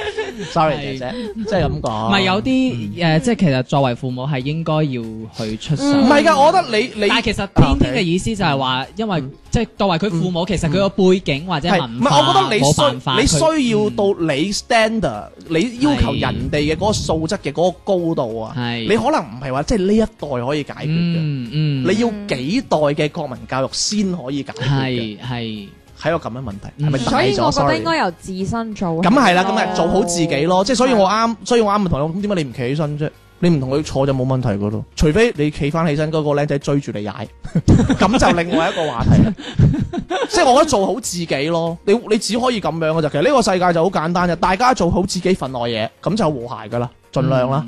Speaker 1: ，sorry 姐姐，即係咁講。
Speaker 2: 唔係有啲誒，即係其實作為父母係應該要去出手。
Speaker 1: 唔係㗎，我覺得你你
Speaker 2: 但係其實偏偏嘅意思就係話，因為即係作為佢父母，其實佢個背景或者
Speaker 1: 係
Speaker 2: 文
Speaker 1: 唔係？我
Speaker 2: 化
Speaker 1: 覺得你
Speaker 2: 冇辦法，
Speaker 1: 需你
Speaker 2: 佢
Speaker 1: 需要到你 standard，你要求
Speaker 2: 係
Speaker 1: 人哋嘅嗰個素質嘅嗰個高度啊，
Speaker 2: 係
Speaker 1: 你可能唔係話即係呢一代可以解決嘅，
Speaker 2: 嗯嗯，
Speaker 1: 你要幾代嘅國民教育先可以解決嘅，
Speaker 2: 係係
Speaker 1: 係一個咁嘅問題，
Speaker 2: 嗯
Speaker 1: 係 咪
Speaker 3: 所以
Speaker 1: 大
Speaker 3: 我
Speaker 1: 咗
Speaker 3: 覺得
Speaker 1: ？sorry
Speaker 3: 應。該由自身做啊起。
Speaker 1: 咁係啦，咁咪做好自己咯，即係所以我啱，所以我啱咪同你講，咁點解你唔企起身啫？你唔同佢坐就冇問題噶咯，除非你企翻起身嗰個僆仔追住你踩， 咁就另外一個話題啦。即係我覺得做好自己咯，你你只可以咁樣嘅就其實呢個世界就好簡單嘅，大家做好自己份內嘢，咁就和諧噶啦，盡量啦，，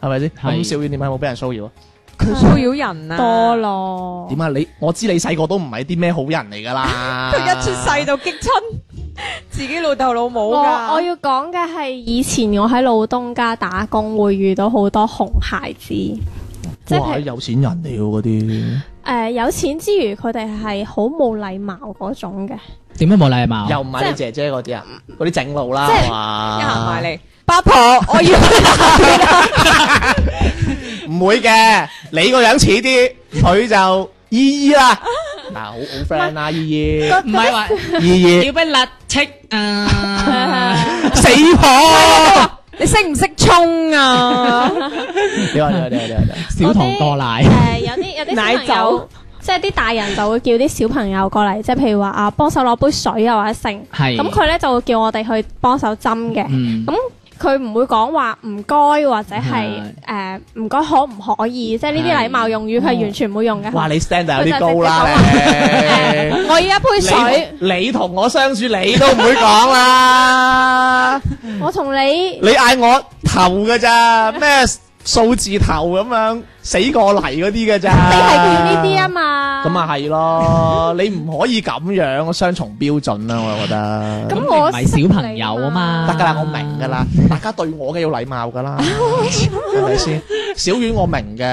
Speaker 1: 係咪先？
Speaker 2: 嗯係
Speaker 1: 咁小婉點解冇俾人騷擾啊？
Speaker 3: 佢騷擾人啊，
Speaker 4: 多咯，
Speaker 1: 點啊？你我知你細個都唔係啲咩好人嚟㗎 啦，
Speaker 3: 佢一出世就激親自己老豆老母
Speaker 4: 我
Speaker 3: 噶。
Speaker 4: 我要講嘅係以前我喺老東家打工會遇到好多紅孩子，誒、即係
Speaker 1: 哇！有錢人嚟喎嗰啲，
Speaker 4: 有錢之餘佢哋係好冇禮貌嗰種嘅，
Speaker 2: 點樣冇禮貌？
Speaker 1: 又唔係你姐姐嗰啲啊，嗰啲整路啦，
Speaker 4: 即係
Speaker 1: 係嘛
Speaker 3: 一行埋嚟，八婆，我要
Speaker 1: 唔會嘅，你個樣似啲，佢就姨姨啦，嗱，好好 friend 啦， 姨姨，
Speaker 2: 唔係話
Speaker 1: 姨姨，
Speaker 2: 要俾辣戚 啊！
Speaker 1: 死婆，
Speaker 3: 你識唔識沖啊？
Speaker 1: 你話你話你話你話你
Speaker 2: 小
Speaker 1: 話，
Speaker 2: 糖過奶
Speaker 4: 誒、有啲 有啲
Speaker 3: 奶
Speaker 4: 小朋友
Speaker 3: 酒，
Speaker 4: 即係啲大人就會叫啲小朋友過嚟，即係譬如話啊，幫手攞杯水啊或者剩，
Speaker 2: 係
Speaker 4: 咁佢咧就會叫我哋去幫手斟嘅。
Speaker 2: 嗯
Speaker 4: 咁佢唔會講話唔該或者係誒唔該可唔可以，即係呢啲禮貌用語佢係完全唔會用嘅。
Speaker 1: 哇，你 standard 有
Speaker 4: 佢就
Speaker 1: 啲
Speaker 4: 直
Speaker 1: 高
Speaker 4: 接
Speaker 1: 啦
Speaker 4: 講
Speaker 1: 你
Speaker 4: 誒。我要一 杯水，
Speaker 1: 你你同我相處，你都唔會講 啦。
Speaker 4: 我同你
Speaker 1: 你嗌我頭噶咋？咩數字頭咁樣死過嚟嗰啲噶咋？
Speaker 4: 你係叫呢啲啊嘛。
Speaker 1: 咁啊係 咯，你唔可以咁樣雙重標準啦，我覺得。
Speaker 4: 咁
Speaker 2: 你
Speaker 4: 我
Speaker 2: 唔係
Speaker 4: 識
Speaker 2: 小朋友啊嘛
Speaker 1: 得噶啦，我明噶啦，大家對我嘅要禮貌 噶啦，係咪先？小丸我明嘅。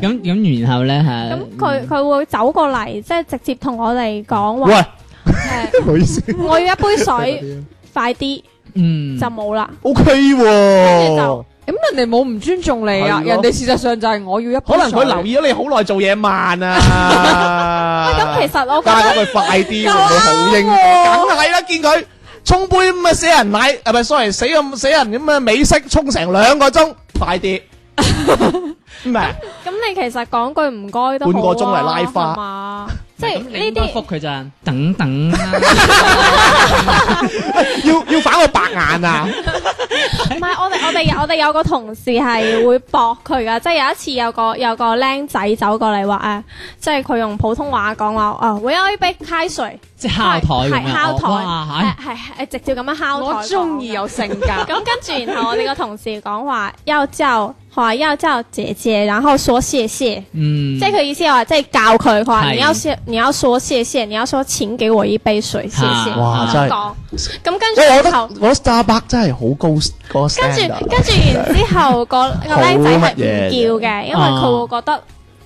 Speaker 2: 咁咁然後咧嚇，
Speaker 4: 咁佢佢會走過嚟，即係直接同我哋講話
Speaker 1: 喂，
Speaker 4: 誒，
Speaker 1: 唔好意思
Speaker 4: 我要一杯水，快啲
Speaker 2: 嗯
Speaker 4: 就冇啦。
Speaker 1: ，OK 喎
Speaker 4: 就。
Speaker 3: 咁人哋冇唔尊重你啊，
Speaker 1: 係咯
Speaker 3: 人哋事實上就係我要一杯
Speaker 1: 可能
Speaker 3: 水
Speaker 1: 佢留意咗你好耐做嘢 慢啊。
Speaker 4: 咁其實我覺
Speaker 1: 但係
Speaker 4: 得
Speaker 1: 嗰句快啲喎，冇好應，梗係啦，見佢沖杯咁嘅死人奶，啊唔係，sorry，死咁死人咁嘅美式，沖成兩個鐘，快 啲，唔係
Speaker 4: 咁你其實講句唔該都
Speaker 1: 半個
Speaker 4: 好啊
Speaker 1: 鐘嚟拉花
Speaker 4: 係嘛即係
Speaker 2: 咁你應
Speaker 4: 呢
Speaker 2: 該
Speaker 4: 啲
Speaker 2: 覆佢咋？等 等啦，
Speaker 1: 要要反我白眼啊！
Speaker 4: 唔係我哋我哋有我哋有個同事係會駁佢噶，即係有一次有個有個僆仔走過嚟話誒，即係佢用普通話講話啊，我要一杯開水，
Speaker 2: 即係敲台咁樣
Speaker 4: 係敲台，
Speaker 2: 哇係
Speaker 4: 係係係直接咁樣敲台講
Speaker 3: 我
Speaker 4: 㗎。
Speaker 3: 中意有性格，
Speaker 4: 咁跟住，然後我哋個同事講話要叫，話要叫姐姐，然後說謝謝，
Speaker 2: 嗯，
Speaker 4: 即係佢意思話即係教佢，佢話
Speaker 2: 係
Speaker 4: 你要說你要說謝謝，你要說請給我一杯水，謝謝。
Speaker 2: 啊哇
Speaker 4: 咁
Speaker 1: 真係
Speaker 4: 講，咁跟
Speaker 1: 所 以我覺
Speaker 4: 住然
Speaker 1: 得
Speaker 4: 後，
Speaker 1: 我覺得 Starbucks 真係好高嗰個
Speaker 4: 跟住
Speaker 1: standard 啊
Speaker 4: 跟住，然之後個個僆仔係唔叫嘅，因為佢會覺得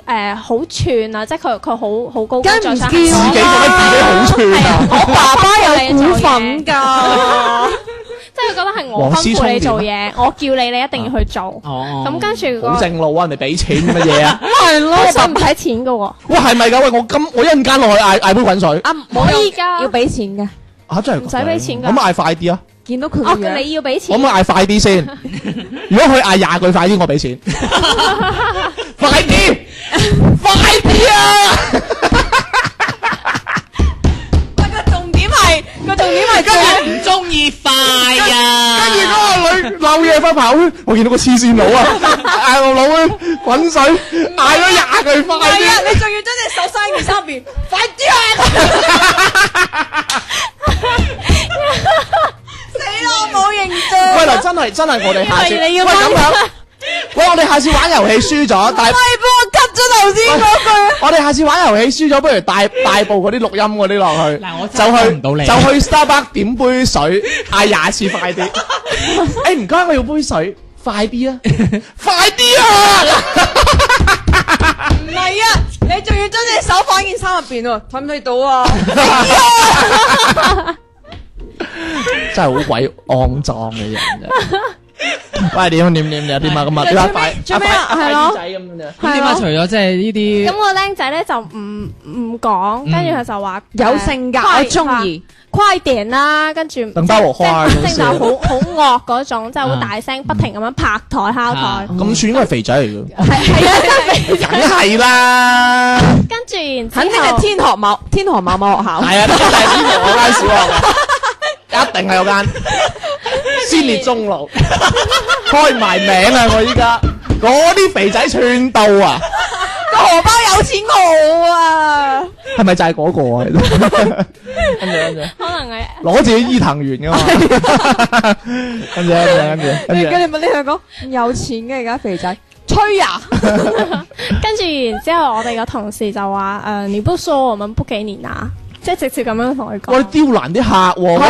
Speaker 4: 誒好串啊，即係佢佢好好高高在上。
Speaker 3: 梗唔叫
Speaker 1: 自己覺得自己好串啊！
Speaker 4: 我
Speaker 3: 爸爸
Speaker 4: 幫
Speaker 3: 有
Speaker 4: 你做
Speaker 3: 股
Speaker 4: 嘢
Speaker 3: 份㗎。
Speaker 4: 即係佢覺得係我吩咐你做嘢，我叫你你一定要去做。
Speaker 2: 哦，
Speaker 4: 咁跟住
Speaker 1: 好
Speaker 4: 個
Speaker 1: 正路啊！人哋俾錢乜嘢 啊？
Speaker 3: 係咯，
Speaker 4: 我唔使錢嘅喎。
Speaker 1: 哇，係咪㗎？喂，我今我一陣間落去嗌嗌杯滾水
Speaker 3: 啊冇
Speaker 4: 可以
Speaker 3: 用
Speaker 4: 㗎
Speaker 3: 要俾錢嘅，
Speaker 1: 嚇，啊真係
Speaker 4: 唔使俾錢㗎
Speaker 1: 咁嗌快啲啊！
Speaker 3: 見到佢
Speaker 4: 哦，
Speaker 3: 個樣，
Speaker 4: 你要俾
Speaker 1: 可
Speaker 4: 錢
Speaker 1: 唔可以嗌快啲先？ 如果佢嗌廿句快啲，我俾錢。快啲，快啲啊！
Speaker 3: 個重點係個重點係
Speaker 2: 跟住唔中意快啊，
Speaker 1: 跟住嗰個女漏嘢翻朋友圈，我見到個黐線佬 啊，嗌我老去滾水，嗌咗廿句快
Speaker 3: 係啊
Speaker 1: 啲。！
Speaker 3: 你仲要將隻手伸件衫入邊，快啲啊！死啦！我冇形象。
Speaker 1: 喂，嗱，真係真係我哋下次，
Speaker 4: 以
Speaker 1: 喂
Speaker 4: 為你要
Speaker 1: 咁樣，喂，我哋下次玩遊戲輸咗，但係
Speaker 3: 喂，幫我 cut 咗頭先嗰句。
Speaker 1: 我哋下次玩遊戲輸咗，不如帶帶部嗰啲錄音嗰啲落去，
Speaker 2: 嗱我真係幫
Speaker 1: 就
Speaker 2: 唔到你
Speaker 1: 去就去 Starbucks 點杯水，嗌廿次 快啲。誒唔該，我要杯水，快啲啊！快啲啊！
Speaker 3: 唔係啊，你仲要將隻手放喺件衫入邊喎，睇唔睇到啊？
Speaker 1: 真係好鬼肮髒嘅人啫。喂，點點點點點啊咁啊！點啊快
Speaker 3: 最尾
Speaker 1: 啊
Speaker 3: 啊
Speaker 1: 快
Speaker 3: 係
Speaker 1: 啲
Speaker 3: 咯
Speaker 1: 仔咁樣。
Speaker 2: 咁點啊？
Speaker 4: 係咯
Speaker 2: 除咗即係呢啲
Speaker 4: 咁個僆仔咧就唔唔講，
Speaker 1: 嗯
Speaker 4: 跟住佢就話
Speaker 3: 有性格，
Speaker 4: 呃
Speaker 3: 我中意。
Speaker 4: 快點啦，跟住
Speaker 1: 等包啊我開
Speaker 4: 即係聲就好好惡嗰 種，即係
Speaker 1: 啊
Speaker 4: 好大聲，不停咁樣拍台敲
Speaker 2: 啊
Speaker 4: 台，
Speaker 1: 咁算應該係肥仔嚟嘅，
Speaker 4: 係係啊，
Speaker 1: 梗係啦。
Speaker 4: 跟住然之後
Speaker 3: 肯定係天河某天河某某學校。
Speaker 1: 係啊，就係天河嗰間 小學，一定係嗰間先烈中路，開埋名啊！我依家嗰啲肥仔串到啊，
Speaker 3: 個荷包有錢我啊！
Speaker 1: 係咪就係嗰個 啊？跟住跟住，
Speaker 4: 可能係
Speaker 1: 攞自己伊藤園噶 嘛，跟住跟住
Speaker 3: 跟
Speaker 1: 跟住
Speaker 3: 住
Speaker 1: 跟住，
Speaker 3: 你問呢兩個有錢嘅而家肥仔，吹啊！
Speaker 4: 跟住然之後我哋個同事就話誒，你不說我們不給你拿，即係直接咁樣同佢
Speaker 1: 我哋
Speaker 4: 講。
Speaker 1: 刁難啲客喎，我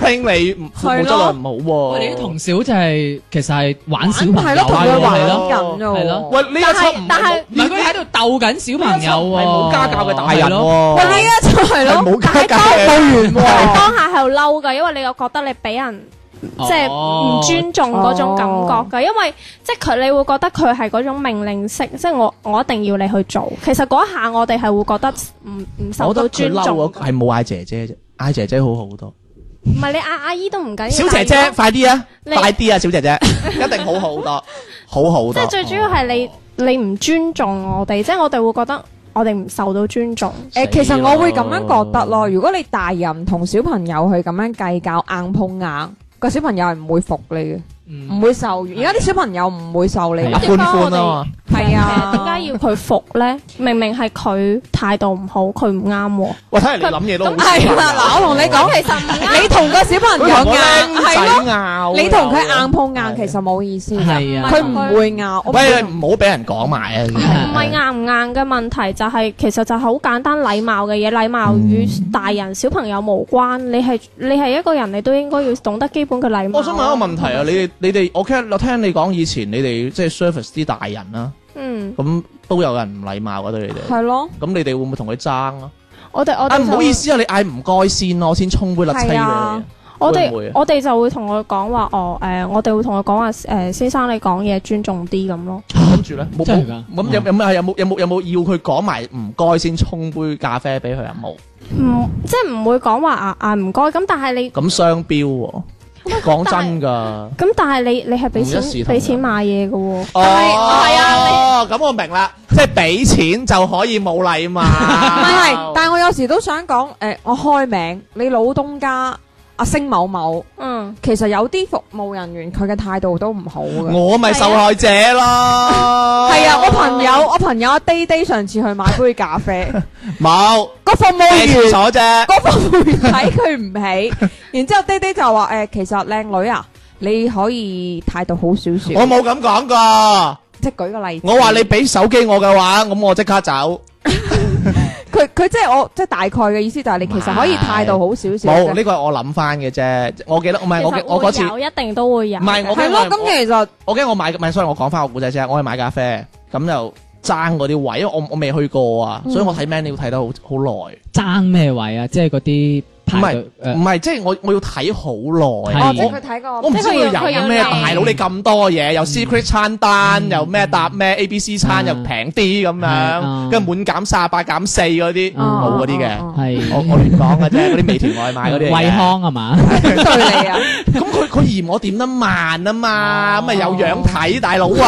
Speaker 1: 哋聽你唔服務質量唔好
Speaker 2: 我
Speaker 1: 喎。
Speaker 2: 哋啲同事好似係其實係玩小朋友
Speaker 3: 係咯，同
Speaker 2: 啊
Speaker 3: 佢玩
Speaker 2: 係
Speaker 1: 咯
Speaker 3: 緊㗎
Speaker 2: 係
Speaker 3: 喎
Speaker 2: 咯。
Speaker 1: 喂呢一輯唔
Speaker 4: 但係
Speaker 2: 唔係佢喺度鬥緊小朋友喎，
Speaker 1: 係冇家教嘅大人喎，
Speaker 3: 喂，你而家就係
Speaker 1: 啊係
Speaker 3: 咯，
Speaker 1: 冇家教
Speaker 4: 但係
Speaker 1: 嘅。
Speaker 4: 但係當下係好嬲㗎，因為你又覺得你俾人
Speaker 1: 哦
Speaker 4: 即係唔尊重嗰種感覺㗎，因為即係佢你會覺得佢係嗰種命令式，即係我我一定要你去做。其實嗰一下我哋係會覺得唔唔受
Speaker 1: 我覺
Speaker 4: 到
Speaker 1: 得
Speaker 4: 尊
Speaker 1: 佢
Speaker 4: 重
Speaker 1: 嬲啊
Speaker 4: 㗎，
Speaker 1: 嗰係冇嗌姐姐啫，嗌姐姐好好多。
Speaker 4: 唔係你嗌阿姨都唔緊要，
Speaker 1: 小姐
Speaker 3: 哎
Speaker 1: 姐，快啲啊！
Speaker 4: 你
Speaker 1: 快啲啊，小姐姐，一定好好多， 好好多。
Speaker 4: 即係最主要係你你唔尊重我哋，即係我哋會覺得我哋唔受到尊重。
Speaker 3: 誒，其實我會咁樣覺得咯。如果你大人同小朋友去咁樣計較硬碰硬，個小朋友係唔會服你嘅，唔會受。而家啲小朋友唔會受你
Speaker 1: 一
Speaker 3: 㗎，
Speaker 1: 般般啊嘛，
Speaker 3: 係啊。
Speaker 4: 點解要佢服咧？明明係佢態度唔好，佢唔啱喎。
Speaker 1: 喂，睇嚟你諗嘢都好
Speaker 3: 係啦，嗱，我同你講，其實你同個小朋友硬係咯，
Speaker 1: 咯
Speaker 3: 你同
Speaker 1: 啊
Speaker 3: 佢硬碰硬其實冇意思嘅，
Speaker 2: 係啊，
Speaker 3: 佢唔會拗。我
Speaker 1: 喂，唔好俾人講埋啊！
Speaker 4: 唔係硬唔硬嘅問題，就係、其實就係好簡單禮貌嘅嘢，禮貌與大人小朋友無關。你係你係一個人，你都應該要懂得基本嘅禮貌。
Speaker 1: 我想問一個問題啊，你哋你哋，我聽我聽你講以前你哋即係 service 啲大人啦，
Speaker 4: 嗯，
Speaker 1: 咁都有人唔禮貌啊對你哋，
Speaker 3: 係咯，
Speaker 1: 咁你哋會唔會同佢爭啊？
Speaker 4: 我哋我
Speaker 1: 啊
Speaker 4: 哋
Speaker 1: 唔
Speaker 4: 就
Speaker 1: 好意思啊，你嗌唔該先咯，我先沖杯甩車俾你
Speaker 3: 係啊
Speaker 1: 啊。
Speaker 4: 我哋
Speaker 1: 會唔會啊
Speaker 4: 我哋就會同佢講話，哦誒、我哋會同佢講話誒，先生你講嘢尊重啲咁咯。
Speaker 1: 跟住咧，冇
Speaker 2: 真係㗎
Speaker 1: 冇咁有有冇有冇有冇有冇要佢講埋唔該先沖杯咖啡俾佢啊？冇，
Speaker 4: 唔即係唔會講話啊啊唔該咁，但係你
Speaker 1: 咁雙標喎。講真㗎。
Speaker 4: 咁但係你你係俾
Speaker 1: 同一視
Speaker 4: 錢
Speaker 1: 同
Speaker 4: 俾
Speaker 1: 仁
Speaker 4: 錢買嘢嘅喎。
Speaker 1: 哦，係啊，咁我明啦，即係俾錢就可以冇禮貌。
Speaker 3: 唔係，但係我有時都想講，誒，我開名，你老東家阿星某某，
Speaker 4: 嗯，
Speaker 3: 其實有啲服務人員佢嘅態度都唔好嘅。
Speaker 1: 我咪受害者咯。
Speaker 3: 係啊，我朋友我朋友阿 Day Day 上次去買杯咖 啡，
Speaker 1: 冇
Speaker 3: 個服務
Speaker 1: 去廁
Speaker 3: 員。
Speaker 1: 所啫。
Speaker 3: 嗰方面睇佢唔起，然之後爹爹就話誒、其實靚女啊，你可以態度好少少。
Speaker 1: 我冇咁講過，
Speaker 3: 即係舉個例子，
Speaker 1: 我話你俾手機我嘅話，咁我即刻走。
Speaker 3: 佢佢即係我即係大概嘅意思就係你其實可以態度好少少啫。
Speaker 1: 冇呢個係我諗翻嘅啫，我記得唔係我記
Speaker 4: 其實
Speaker 1: 我嗰次
Speaker 4: 會有一定都會有。
Speaker 1: 唔係我
Speaker 3: 係咯，
Speaker 1: 我
Speaker 3: 咁其實
Speaker 1: 我驚我買，唔係，sorry，我講翻我古仔先啊。我去買咖啡，咁就爭嗰啲位，因為我我未去過啊，所以我睇 menu 睇得好好耐。
Speaker 2: 爭咩位啊？即係嗰啲排
Speaker 1: 唔係
Speaker 2: 隊誒
Speaker 1: 唔係，即係我我要睇好耐。
Speaker 2: 係
Speaker 3: 哦，即係佢睇過
Speaker 1: 我唔知佢
Speaker 4: 即係佢要
Speaker 1: 有咩
Speaker 4: 佢要
Speaker 1: 大佬，你咁多嘢，又 secret 餐單，又咩搭咩 A B C 餐，
Speaker 2: 嗯
Speaker 1: 又平啲咁
Speaker 2: 係啊
Speaker 1: 樣，跟住滿減三十八減四嗰啲
Speaker 2: 嗯
Speaker 1: 冇嗰啲嘅，
Speaker 3: 哦
Speaker 2: 係
Speaker 1: 我我亂講嘅啫，嗰啲美團外賣嗰 啲嚟嘅。
Speaker 2: 惠康係嘛？
Speaker 3: 哦哦對你啊，
Speaker 1: 咁佢佢嫌我點得慢啊嘛，咁咪有樣睇大佬啊，
Speaker 2: 哦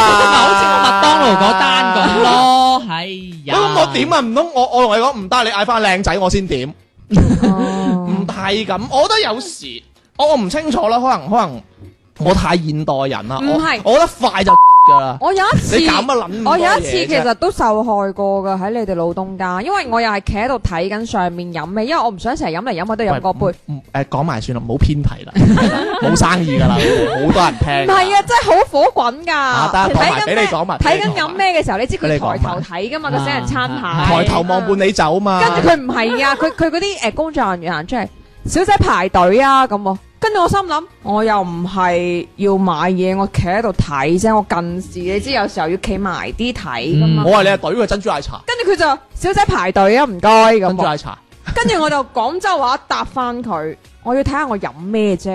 Speaker 2: 好似我麥當勞嗰單咁。 咯，係呀。
Speaker 1: 咁我點啊？唔通我我同你講唔得，你嗌翻靚仔我先點？
Speaker 3: 哦
Speaker 1: 唔係咁，我覺得有時我我唔清楚啦，可能可能我太現代人啦，
Speaker 3: 唔係
Speaker 1: 我我覺得快就㗎啦。
Speaker 3: 我有一次
Speaker 1: 你搞乜撚咁多
Speaker 3: 我有一次
Speaker 1: 嘢啫
Speaker 3: 其實都受害過㗎，喺你哋老東家，因為我又係企喺度睇緊上面飲咩，因為我唔想成日飲嚟飲去都飲嗰杯。
Speaker 1: 唔誒講埋算啦，唔好 偏題啦，冇生意噶啦，好多人聽。
Speaker 3: 唔係啊，，真係好火滾㗎！
Speaker 1: 啊得
Speaker 3: 睇緊
Speaker 1: 講埋
Speaker 3: 咩
Speaker 1: 俾你講埋
Speaker 3: 睇
Speaker 1: 俾
Speaker 3: 緊
Speaker 1: 你講
Speaker 3: 飲
Speaker 1: 埋
Speaker 3: 咩嘅時候，你知佢
Speaker 1: 俾你
Speaker 3: 抬
Speaker 1: 講埋嗯
Speaker 3: 頭睇㗎嘛，個死人餐
Speaker 2: 啊
Speaker 3: 牌。
Speaker 1: 抬頭望伴你走嘛。
Speaker 3: 跟住佢唔係啊，佢佢嗰啲誒工作人員行出嚟，小姐排隊啊咁喎。跟住我心諗，我又唔係要買嘢，我企喺度睇啫，我近視，你知有時候要企埋啲睇噶嘛。
Speaker 2: 嗯
Speaker 1: 我話你係懟佢珍珠奶茶，
Speaker 3: 跟住佢就小姐排隊啊，唔該咁
Speaker 1: 珍
Speaker 3: 喎。
Speaker 1: 珠奶茶。
Speaker 3: 跟住我就廣州話答翻佢，我要睇下我飲咩啫，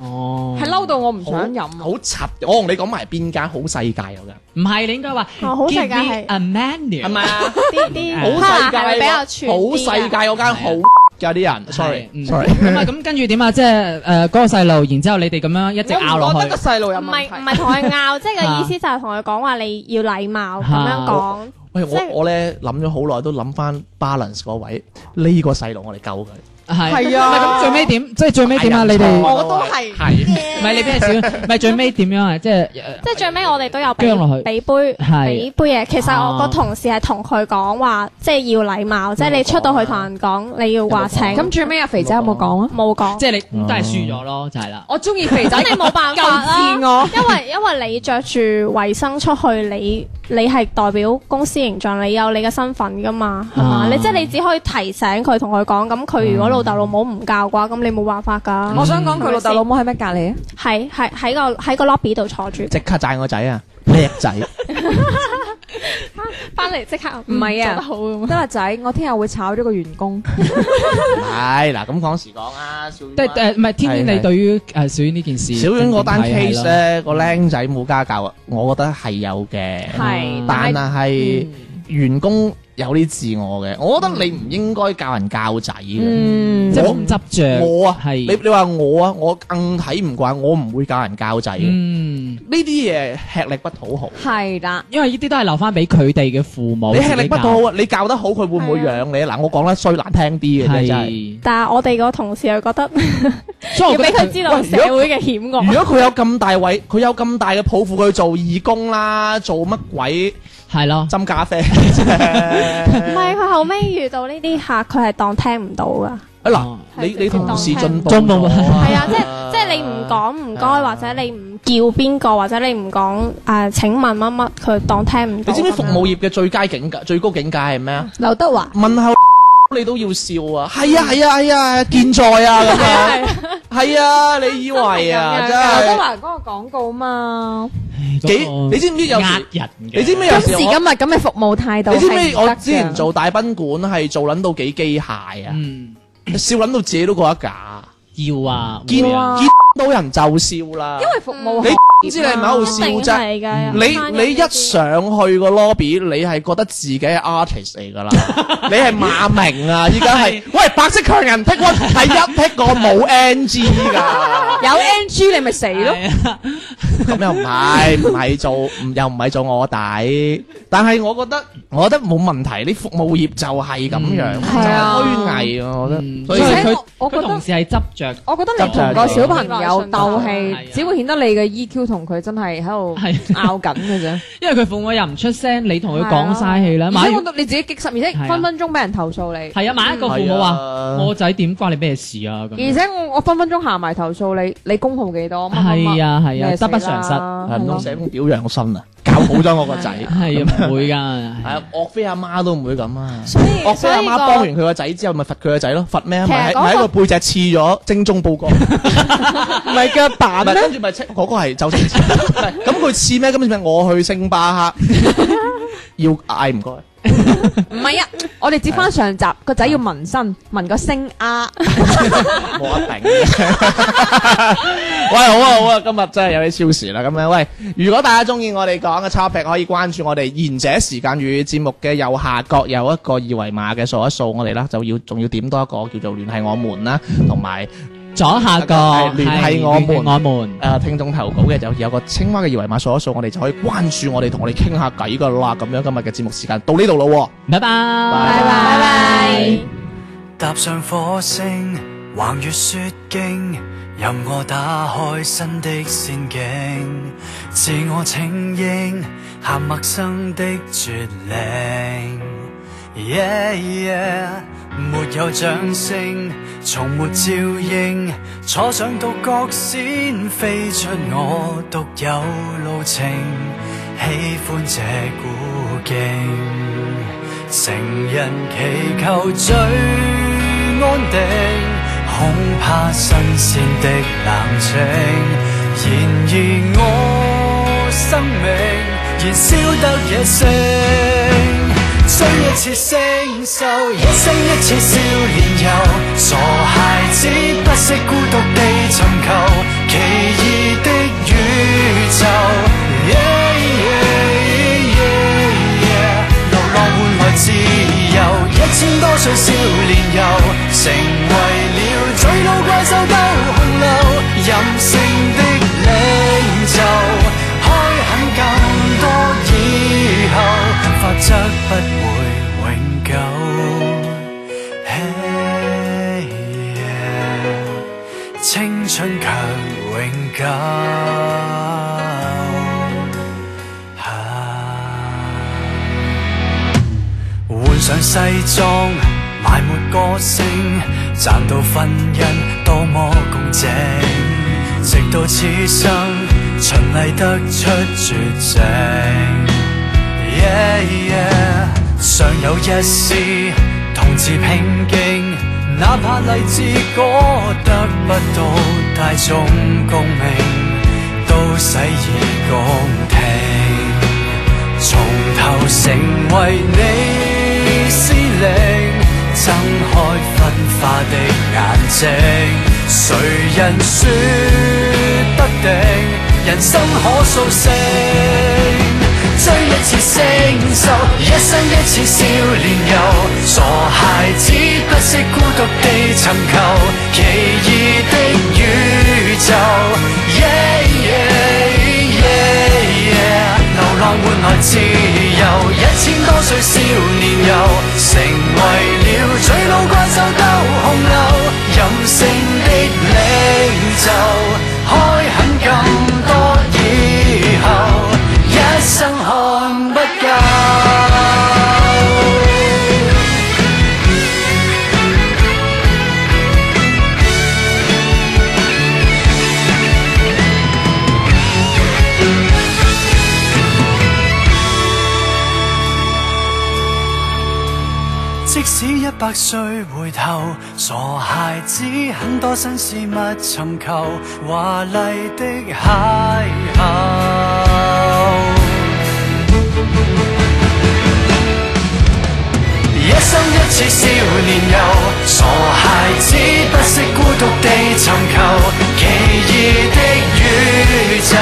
Speaker 2: 哦，
Speaker 3: 係嬲到我唔想飲啊
Speaker 1: 好柒，我同你講埋邊間好世界嗰間，
Speaker 2: 唔係你應該話
Speaker 4: 哦好世界
Speaker 2: give me
Speaker 4: 係
Speaker 2: a menu
Speaker 1: 係咪啊？
Speaker 4: 啲啲
Speaker 1: 好世界
Speaker 4: partner 係咪比較全啲㗎
Speaker 1: 好
Speaker 4: 啊
Speaker 1: 世界嗰間好有啲人
Speaker 2: 係嗯
Speaker 1: ，sorry，sorry。
Speaker 2: 咁啊，咁跟住點啊？即係誒嗰個細路，然之後你哋咁樣一直拗落去，
Speaker 3: 細路有
Speaker 4: 唔係唔係同佢拗，即係個
Speaker 2: 啊
Speaker 4: 意思就係同佢講話你要禮貌咁樣講。
Speaker 1: 喂，
Speaker 4: 即係
Speaker 1: 我我咧諗咗好耐，都諗翻 balance 嗰位呢個細路，我哋救佢。
Speaker 2: 係
Speaker 3: 係啊
Speaker 2: 唔係咁最尾點？即係最尾點啊？你哋
Speaker 1: 哎呀
Speaker 2: 唔
Speaker 1: 我都係係
Speaker 2: 係你俾人 笑，唔係最尾點樣啊？即係誒
Speaker 4: 即係最尾我哋都有
Speaker 2: 姜落去
Speaker 4: 俾俾杯
Speaker 2: 係
Speaker 4: 俾杯嘢。其實我
Speaker 2: 啊
Speaker 4: 個同事係同佢講話，即係要禮貌，即係你出到去同人講，你要話請。
Speaker 3: 咁
Speaker 4: 咁
Speaker 3: 最尾阿肥仔有冇講啊？
Speaker 4: 冇講，
Speaker 2: 即係你
Speaker 1: 哦
Speaker 2: 都係輸咗咯，就係啦。
Speaker 3: 我中意肥仔
Speaker 4: 咁你冇辦法啦
Speaker 3: 夠自我。
Speaker 4: 哦因為 因為你着住衞生出去，你你係代表公司形象，你有你嘅身份噶嘛，係嘛
Speaker 2: 啊？
Speaker 4: 你即係你只可以提醒佢同佢講，咁佢如果老豆老母唔教嘅話，咁你冇辦法㗎。
Speaker 2: 嗯
Speaker 3: 我想講佢老豆老母喺咩隔離啊？
Speaker 4: 係係喺個喺個 lobby 度坐住。
Speaker 1: 即刻讚個仔啊，叻仔！
Speaker 4: 翻嚟即刻
Speaker 3: 唔係啊
Speaker 4: 嗯做得好咁
Speaker 3: 得啦仔，我聽日會炒咗個員工。
Speaker 1: 係嗱，咁講時講啊，小
Speaker 2: 但
Speaker 1: 丸啊。
Speaker 2: 誒唔係天天，
Speaker 1: 係
Speaker 2: 你對於誒小丸呢件事，
Speaker 1: 小丸嗰單
Speaker 2: 定係啊係
Speaker 1: case
Speaker 2: 咯
Speaker 1: 咧，個僆仔冇家教，啊我覺得係有嘅，
Speaker 3: 係
Speaker 1: 但
Speaker 3: 但係
Speaker 1: 係
Speaker 4: 嗯
Speaker 1: 員工有啲自我嘅，我覺得你唔應該教人教仔嘅。
Speaker 3: 嗯，
Speaker 2: 即係
Speaker 1: 我
Speaker 2: 冇咁執着。
Speaker 1: 我啊，
Speaker 2: 係
Speaker 1: 你你話我啊，我更睇唔慣，我唔會教人教仔嘅。
Speaker 2: 嗯，
Speaker 1: 呢啲嘢吃力不討好。
Speaker 3: 係啦，
Speaker 2: 因為呢啲都係留翻俾佢哋嘅父母
Speaker 1: 你
Speaker 2: 自己
Speaker 1: 吃
Speaker 2: 教。
Speaker 1: 力不討好啊！你教得好，佢會唔會養你啊？嗱，我講得衰難聽啲嘅啫，真係。
Speaker 2: 係，
Speaker 4: 但係我哋個同事又覺得
Speaker 2: 所以我
Speaker 4: 要
Speaker 2: 覺
Speaker 4: 俾
Speaker 2: 得
Speaker 4: 佢知道社會嘅險
Speaker 1: 如
Speaker 4: 惡，
Speaker 1: 果佢有咁大位，佢有咁大嘅抱負，佢去做義工啦，做乜鬼
Speaker 2: 係咯。
Speaker 1: 斟咖啡啫？
Speaker 4: 唔係佢後尾遇到呢啲客，佢係當聽唔到噶。
Speaker 1: 啊嗱
Speaker 2: 哦，
Speaker 1: 你你同事進步
Speaker 2: 進步
Speaker 1: 咗啊
Speaker 4: 係啊，即係即係你唔講唔該，或者你唔叫邊個，或者你唔講誒請問乜乜，佢當聽唔
Speaker 1: 你
Speaker 4: 到咁樣。
Speaker 1: 知唔知服務業嘅最佳境界、最高境界係咩啊？
Speaker 3: 劉德華
Speaker 1: 問候你都要笑啊！係啊係啊係啊，健在 啊咁樣。係啊，你以為
Speaker 3: 劉
Speaker 1: 啊，真
Speaker 3: 德
Speaker 1: 係
Speaker 3: 華嗰個廣告嘛，
Speaker 1: 幾？你知唔知有
Speaker 2: 呃
Speaker 1: 時？
Speaker 2: 人嘅？
Speaker 1: 你知唔知
Speaker 3: 今
Speaker 1: 有時
Speaker 3: 時
Speaker 1: 我
Speaker 3: 今日咁嘅服務態度，
Speaker 1: 你知唔知我之前？做大賓館係做撚到幾機械啊？
Speaker 2: 嗯，
Speaker 1: 笑撚到自己都覺得假，
Speaker 2: 要啊，
Speaker 1: 見
Speaker 2: 會啊
Speaker 1: 見到人就笑啦。
Speaker 3: 因為服務
Speaker 1: 你
Speaker 3: 行
Speaker 1: 唔知
Speaker 3: 業
Speaker 1: 你係咪喺
Speaker 3: 嘛
Speaker 1: 度
Speaker 4: 一定
Speaker 1: 笑啫？
Speaker 4: 係嘅，
Speaker 1: 你你一上去個 lobby，你係覺得自己係 artist 嚟 㗎啦，你係馬明啊！依家係喂白色強人 pick one 係一 pick 個冇 NG 㗎，
Speaker 3: 有 NG 你咪死咯，
Speaker 2: 係啊
Speaker 1: 咁又唔係唔係做唔又唔係做我底，但係我覺得我覺得冇問題，啲服務業就係咁樣，就
Speaker 3: 係啊
Speaker 1: 嗯係虛偽啊！我覺
Speaker 2: 嗯
Speaker 1: 得，所
Speaker 2: 所
Speaker 1: 以
Speaker 2: 以
Speaker 3: 而且
Speaker 2: 佢
Speaker 3: 我我覺
Speaker 2: 佢
Speaker 3: 得
Speaker 2: 同事係執着，
Speaker 3: 我覺得你同個小朋友鬥氣，
Speaker 2: 嗯
Speaker 3: 只會顯得你嘅 EQ 同佢真係喺度
Speaker 2: 係
Speaker 3: 拗緊嘅 啫。
Speaker 2: 因為佢父母又唔出聲，你同佢講嘥氣啦。
Speaker 3: 而
Speaker 2: 買
Speaker 3: 啊且我覺得你自己激心，而且
Speaker 2: 係啊
Speaker 3: 分分鐘俾人投訴你。
Speaker 2: 係啊，買一個父母
Speaker 1: 係
Speaker 2: 話
Speaker 1: 啊
Speaker 2: 我仔點關你咩事啊？咁
Speaker 3: 而且我我分分鐘行埋投訴你，你功耗幾多？乜乜乜
Speaker 2: 係啊係啊，
Speaker 3: 咩死
Speaker 2: 得
Speaker 3: 啦
Speaker 2: 不償失。
Speaker 1: 係唔
Speaker 3: 係
Speaker 1: 通
Speaker 3: 咯
Speaker 1: 社工表揚信 啊，教好咗我個仔，
Speaker 2: 係啊，唔會㗎。
Speaker 1: 係啊，岳飛阿媽都唔會咁啊。
Speaker 4: 所以
Speaker 1: 岳飛
Speaker 4: 所
Speaker 1: 阿
Speaker 4: 以
Speaker 1: 媽
Speaker 4: 個
Speaker 1: 幫完佢個仔之後，咪罰佢個仔咯，罰咩啊？
Speaker 4: 其實
Speaker 1: 咪喺
Speaker 4: 嗰個
Speaker 1: 咪喺個背脊刺咗精忠 報國，唔係腳板跟住咪刺嗰個係周星馳。唔係 咁佢刺咩？咁咪我去星巴 克，要嗌唔該。
Speaker 3: 唔係啊，我哋接翻上集，個仔要紋身，紋個星啊丫。
Speaker 1: 冇得頂。 喂，好啊好啊，今日真係有啲超時啦。咁樣，喂，如果大家中意我哋講嘅 topic，可以關注我哋賢者時間與節目嘅右下角有一個二維碼嘅，掃一掃我哋啦，就要仲要點多一個叫做聯繫我們啦，同埋
Speaker 2: 左下角
Speaker 1: 係聯繫我們
Speaker 2: 係聯繫我 們。
Speaker 1: 誒呃聽眾投稿嘅就有個青蛙嘅二維碼掃一掃，我哋就可以關注我哋，同我哋傾下偈噶啦。咁樣今日嘅節目時間到呢度咯喎。
Speaker 2: 拜拜。
Speaker 1: 拜
Speaker 4: 拜拜。
Speaker 5: 踏上火星，橫越雪徑，任我打開新的線徑，自我請應，行陌生的絕嶺。Yeah, yeah, 沒有掌聲，從沒照應，坐上獨角仙，飛出我獨有路程，喜歡這古徑。成人祈求最安定，恐怕新鮮的冷清。然而我生命燃燒得野性，追一次星宿，一生一次少年遊。傻孩子不惜孤獨地尋求奇異的宇宙。Yeah, yeah, yeah, yeah. 流浪換來自由，一千多歲少年遊，成為了最老怪獸鬥洪流，任性的領袖，開墾更多以後，法則不會永久。Hey, yeah, 青春卻永久。啊換上西裝，埋沒歌聲，賺到婚姻多麼公正，直到此生循例得出絕症。Yeah, yeah，尚有一絲同志拼勁，哪怕勵志歌得不到大眾共鳴，都洗耳恭聽。從頭成為為你施力，睜開昏花的眼睛。誰人說不定，人生可塑性？追一次星宿，一生一次少年遊。傻孩子不惜孤獨地尋求奇異的宇宙。Yeah, yeah, yeah, yeah. 流浪換來自由，一千多歲少年遊，成為了最老怪獸鬥洪流，任性的領袖，開墾咁多以後，一生看不夠。即使一百歲回頭，傻孩子很多新事物尋求，華麗的邂逅。一生一次少年遊，傻孩子不惜孤獨地尋求奇異的宇宙。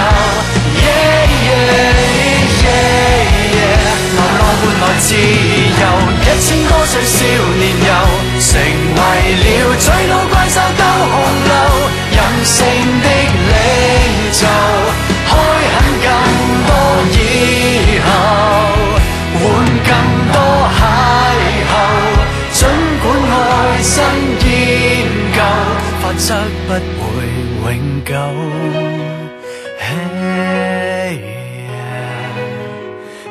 Speaker 5: Yeah, yeah, yeah, yeah. 流浪換來自由，一千多歲少年遊，成為了最老怪獸鬥洪流，任性的領袖，開墾更多以後。換更多邂逅，儘管愛新厭舊，法則不會永久。Hey, yeah,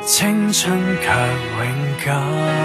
Speaker 5: 青春卻永久。